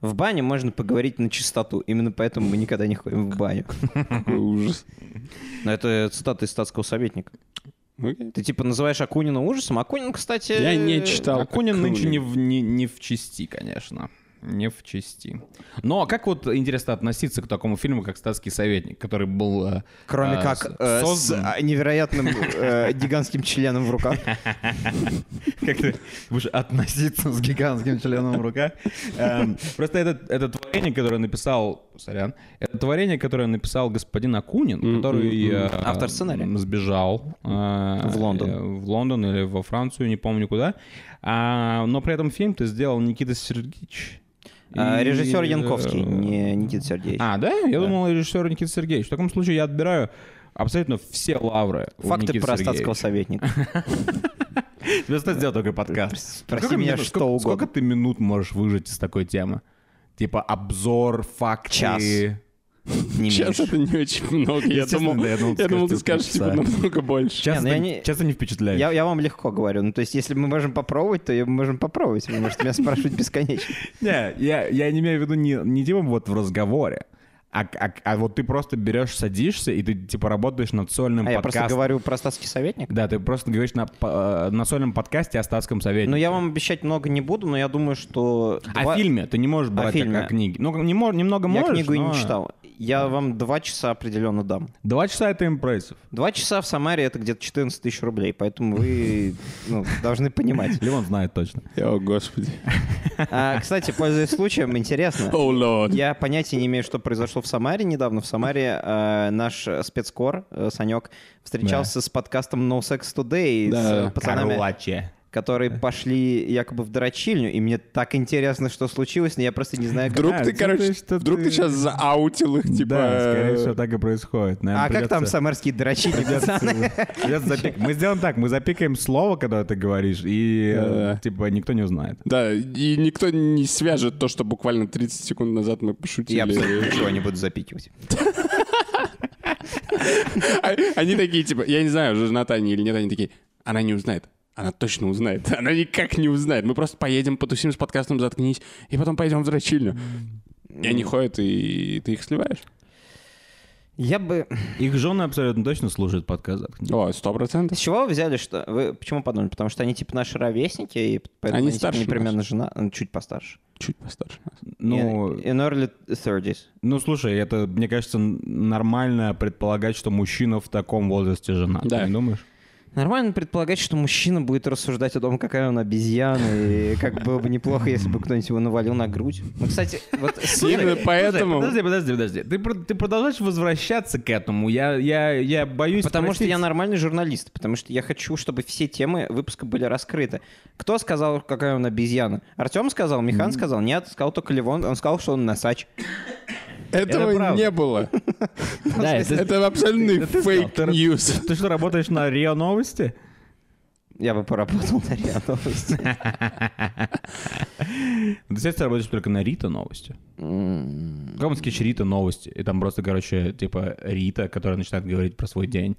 S2: В бане можно поговорить на чистоту. Именно поэтому мы никогда не ходим в баню.
S1: Какой ужас.
S2: Но это цитата из статского советника.
S1: Ну, Окей.
S2: Ты типа называешь Акунина ужасом. Акунин, кстати...
S1: Я не
S2: а
S1: читал.
S3: Акунин нынче не в, не, не в чести, конечно. Не в чести. Но как вот интересно относиться к такому фильму, как «Статский советник», который был... э,
S2: Кроме
S3: э,
S2: как
S3: с-
S2: э, с
S3: создан-
S2: а, невероятным э, гигантским членом в руках.
S3: [laughs] Как ты будешь [laughs] относиться с гигантским членом в руках? Эм, Просто это, это творение, которое написал... Сорян. Это творение, которое написал господин Акунин, который... э,
S2: Автор сценария.
S3: м, Сбежал. э,
S2: В Лондон.
S3: э, В Лондон или во Францию, не помню куда. А, Но при этом фильм-то сделал Никита Сергеевич.
S2: А,
S3: И,
S2: Режиссер
S3: э,
S2: Янковский, не Никита Сергеевич.
S3: А, да? Я думал, режиссер Никита Сергеевич. В таком случае я отбираю абсолютно все лавры у
S2: Факты
S3: Никиты
S2: про
S3: Сергеевича.
S2: статского советника.
S3: [laughs] Тебе стоит сделать только подкаст.
S2: Спроси
S3: Сколько
S2: меня
S3: минут-
S2: что
S3: сколько-
S2: угодно.
S3: Сколько ты минут можешь выжить из такой темы? Типа обзор, факты.
S2: Час. Не
S1: Сейчас
S2: меньше.
S1: это не очень много. Я
S3: Естественно,
S1: думал,
S3: да, я думал, ты
S1: я думал, ты
S3: скажешь,
S1: скажешь,
S3: что
S1: типа,
S3: полчаса.
S1: намного больше.
S3: Час
S2: Не, ну
S3: это-
S2: я не-
S3: час это не впечатляет.
S2: Я, я вам легко говорю. Ну, то есть, если мы можем попробовать, то и мы можем попробовать. Вы можете меня спрашивать бесконечно.
S3: Не, я, я не имею в виду не, не типа вот в разговоре, а, а- а вот ты просто берешь, садишься, и ты типа работаешь над сольным
S2: А я
S3: подкастом.
S2: просто говорю про статский советник.
S3: Да, ты просто говоришь на, по- э, на сольном подкасте о статском совете.
S2: Ну, я вам обещать много не буду, но я думаю, что...
S3: О
S2: два- а
S3: фильме ты не можешь брать как
S2: фильме.
S3: о книге. Ну, не мо- немного
S2: Я
S3: можешь,
S2: книгу и
S3: но-
S2: не читал. Я вам два часа определенно дам.
S3: Два часа — это импрессив.
S2: Два часа в Самаре это где-то 14 тысяч рублей, поэтому вы ну, должны понимать.
S3: Лимон знает точно.
S1: О, господи.
S2: А, кстати, пользуясь случаем, интересно.
S1: О, лорд.
S2: Я понятия не имею, что произошло в Самаре недавно. В Самаре э, наш спецкор э, Санек встречался с подкастом No Sex Today
S1: Да.
S2: с пацанами,
S3: Короче.
S2: которые пошли якобы в дрочильню. И мне так интересно, что случилось, но я просто не знаю, как...
S1: Вдруг
S3: А,
S1: ты,
S3: ну,
S1: короче,
S3: то есть, что
S1: вдруг
S3: ты-
S1: ты сейчас зааутил их, типа...
S3: Да, скорее всего, так и происходит. Наверное,
S2: э, А как там
S3: придется-
S2: самарские дрочильни, [laughs]
S3: придется-
S2: пацаны?
S3: придется запик- Мы сделаем так, мы запикаем слово, когда ты говоришь, и э,
S1: Да.
S3: типа никто не узнает.
S1: Да, и никто не свяжет то, что буквально 30 секунд назад мы
S2: Я абсолютно
S1: пошутили.
S2: ничего не буду запикивать.
S1: [laughs] А- Они такие, типа, я не знаю, женаты они или нет, они такие, она не узнает. Она точно узнает. [laughs] Она никак не узнает. Мы просто поедем, потусим с подкастом, заткнись, и потом пойдем в дрочильню. И они ходят, и ты их сливаешь.
S2: Я бы...
S3: Их жены абсолютно точно слушают подкаст. «Заткнись».
S1: О, сто
S2: С
S1: процентов.
S2: чего вы взяли, что... Вы почему подумали? Потому что они типа наши ровесники, и поэтому
S1: Они
S2: типа,
S1: старше
S2: непременно жена... ну, Чуть постарше.
S1: Чуть постарше нас.
S3: Ну,
S2: In, in early 30s.
S3: ну, слушай, это, мне кажется, н- нормально предполагать, что мужчина в таком возрасте жена.
S1: Да.
S3: Ты не думаешь?
S2: Нормально предполагать, что мужчина будет рассуждать о том, какая он обезьяна, [laughs] и как было бы неплохо, если бы кто-нибудь его навалил на грудь. Ну, кстати, вот...
S1: Именно поэтому...
S3: Подожди, подожди, подожди. Ты, про- ты продолжаешь возвращаться к этому. Я, я, я боюсь...
S2: Потому что
S3: спросить.
S2: я нормальный журналист, потому что я хочу, чтобы все темы выпуска были раскрыты. Кто сказал, какая он обезьяна? Артем сказал, Михан сказал, нет, сказал только Левон, он сказал, что он носач.
S1: Этого
S3: Это правда.
S1: не
S3: [laughs]
S1: было.
S3: Да, это-
S1: Это абсолютный
S3: это ты сказал.
S1: фейк
S3: Ты-
S1: ньюс
S3: Ты что, работаешь на РИА Новости?
S2: Я бы поработал на РИА [laughs] Новости.
S3: Ну, Ты, кстати, работаешь только на Рита новости.
S2: М.
S3: Какой-нибудь скетч Рита новости. И там просто, короче, типа Рита, которая начинает говорить про свой день.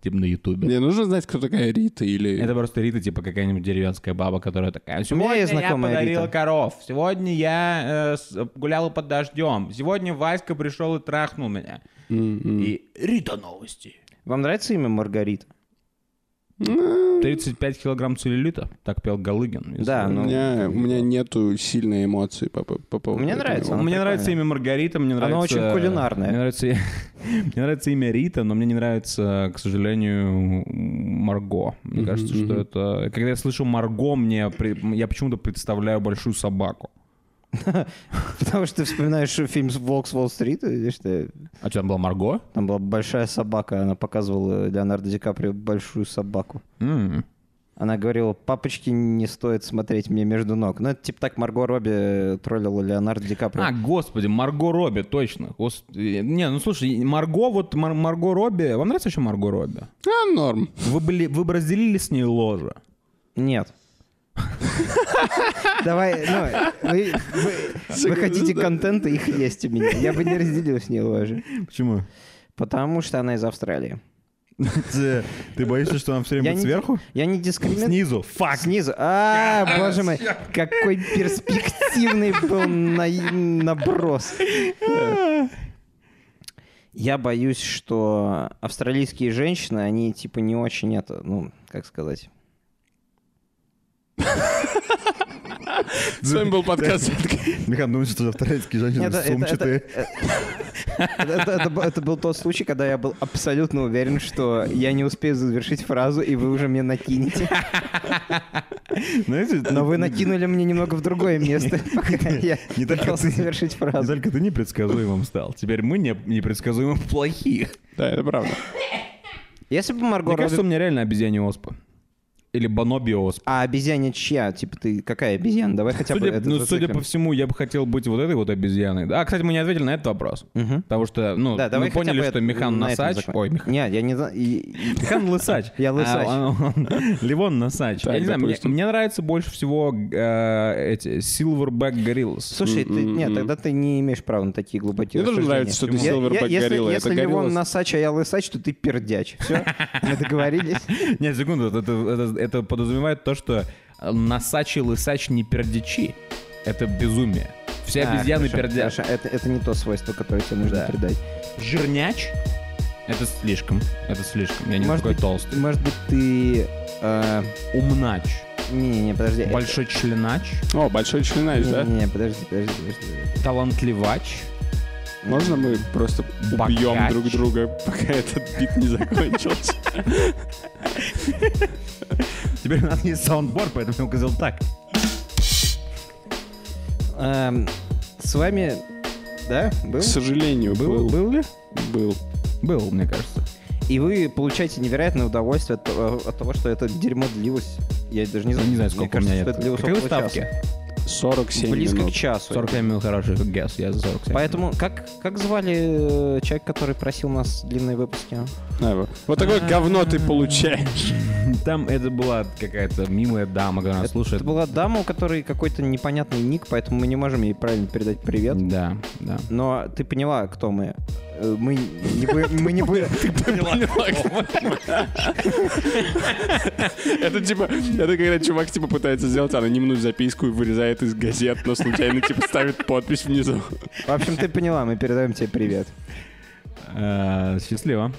S3: Типа на Ютубе.
S1: Мне нужно знать, кто такая Рита или...
S3: Это просто Рита, типа какая-нибудь деревенская баба, которая такая, сегодня
S2: есть
S3: я
S2: знакомая
S3: подарила
S2: Рита».
S3: коров, сегодня я э, с- гуляла под дождем, сегодня Васька пришел и трахнул меня. И Рита новости.
S2: Вам нравится имя Маргарита?
S3: 35 килограмм целлюлита, так пел Галыгин. из-
S2: Да,
S1: У
S2: ну,
S1: меня, у меня нету сильной эмоции по, по- по поводу
S2: Мне
S1: этого.
S2: нравится. она
S3: Мне нравится
S2: прикольная.
S3: имя Маргарита, мне
S2: Оно
S3: нравится...
S2: очень кулинарное.
S3: Мне нравится, [laughs] мне нравится имя Рита, но мне не нравится, к сожалению, Марго. Мне кажется, что это... Когда я слышу Марго, мне при- я почему-то представляю большую собаку.
S2: [laughs] Потому что ты вспоминаешь фильм «Волк с Уолл-стрит», видишь, ты-
S3: А что, там была Марго?
S2: там была большая собака, она показывала Леонардо Ди Каприо большую собаку.
S3: М.
S2: Она говорила, папочки не стоит смотреть мне между ног. Ну, это типа так Марго Робби э, троллила Леонардо Ди Каприо.
S3: А, господи, Марго Робби, точно. Гос- Не, ну слушай, Марго, вот Мар- Марго Робби... Вам нравится еще Марго Робби?
S1: А, норм.
S3: Вы, были... Вы бы разделили с ней ложе.
S2: Нет. Давай, ну, вы, вы- вы хотите контента, их есть у меня. Я бы не разделил с ней ложи.
S3: Почему?
S2: Потому что она из Австралии.
S3: Ты, боишься, что она все
S2: Я не- Я не дискриминирую.
S3: Снизу. Фак.
S2: Снизу. А, боже мой, какой перспективный был на- наброс. Я боюсь, что австралийские женщины, они типа не очень это, ну, как сказать.
S1: С вами был подкаст.
S5: Михан,
S3: ну,
S5: думаешь, что австралийские женщины
S2: Это- это-
S5: сумчатые?
S2: Это, это- это б- это был тот случай, когда я был абсолютно уверен, что я не успею завершить фразу, и вы уже мне накинете.
S3: [laughs] Знаете,
S2: Но вы накинули мне немного в другое место, пока я
S3: Не так, как
S2: пытался
S3: ты.
S2: завершить
S3: Не
S2: фразу.
S3: только ты непредсказуемым стал. Теперь мы не, непредсказуемо плохие.
S1: [laughs] Да, это правда.
S2: Если бы Марго
S3: Мне кажется, у
S2: Робби...
S3: меня реально обезьянья оспа. Или боноби оспа.
S2: А обезьяня чья? Типа ты какая обезьяна? Давай хотя бы
S3: Судя,
S2: это
S3: ну, судя по
S2: зациклим.
S3: всему, я бы хотел быть вот этой вот обезьяной. А, кстати, мы не ответили на этот вопрос.
S2: Мгм.
S3: Потому что, ну,
S2: Да, давай
S3: мы поняли,
S2: хотя бы
S3: что
S2: это-
S3: Михан
S2: на этом
S3: Насач...
S2: закончим.
S3: Ой, Михан... [laughs]
S2: Не, я не знаю. и- и-
S3: Михан Лысач.
S2: Я Лысач.
S3: А, он- он- [laughs] Ливон Насач.
S1: Так,
S3: Я не знаю, мне,
S1: допустим.
S3: мне нравится больше всего э, эти Silverback Gorillas.
S2: Слушай, ты,
S3: М-м-м.
S2: нет, тогда ты не имеешь права на такие глубокие
S1: Мне тоже
S2: рассуждения.
S1: нравится, что ты
S2: Я-
S1: Silverback
S2: я- если-
S1: горилла, это
S2: Если Ливон
S1: горилла.
S2: Насач, а я Лысач, то ты пердяч. Все, мы
S3: [laughs]
S2: договорились.
S3: Нет, секунду, это, это- это подразумевает то, что Насач и Лысач не пердячи. Это безумие. Все
S2: А,
S3: обезьяны
S2: хорошо,
S3: пердят.
S2: хорошо. Это, это не то свойство, которое тебе нужно
S3: Да.
S2: передать.
S3: Жирняч? Это слишком. Это слишком. Я не
S2: Может
S3: такой
S2: быть-
S3: толстый.
S2: Может быть, ты... э,
S3: Умнач.
S2: Не, не, подожди. это-
S3: Большой членач.
S1: О, большой член,
S2: Не,
S1: да?
S2: не, подожди, подожди, подожди.
S3: Талантливач.
S1: Можно мы просто
S3: Бокач.
S1: убьем друг друга, пока этот бит не закончился?
S3: Теперь у нас есть саундборд, поэтому я указал так.
S2: Эм, С вами... Да? [laughs] Был?
S1: К сожалению, был.
S3: Был, был ли?
S1: Был.
S3: Был, мне кажется.
S2: И вы получаете невероятное удовольствие от, того- от того, что это дерьмо длилось. Я даже не
S3: Я
S2: знаю.
S3: не знаю, сколько
S2: Мне кажется,
S3: у меня
S2: что это
S3: это.
S2: длилось
S3: Каковы
S2: около часа.
S3: ставки?
S1: 47
S2: Близко
S1: минут.
S2: к часу.
S3: 47 минут хороший гесс, я за 47.
S2: Поэтому как, как звали э, человек, который просил нас длинные выпуски?
S1: Да, вот. Вот такое
S2: А.
S1: говно ты получаешь.
S3: [laughs]
S1: [laughs]
S3: Там это была какая-то милая дама, которая нас слушает.
S2: Это была дама, у которой какой-то непонятный ник, поэтому мы не можем ей правильно передать привет.
S3: Да, да.
S2: [laughs] Но ты поняла, кто мы. Э, Мы не, бы- мы не
S3: [laughs]
S2: бы-
S1: Это типа, это когда чувак типа пытается сделать анонимную записку и вырезает из газет, но случайно типа ставит подпись внизу.
S2: В общем, ты поняла, мы передаем тебе привет.
S3: Э, Счастливо.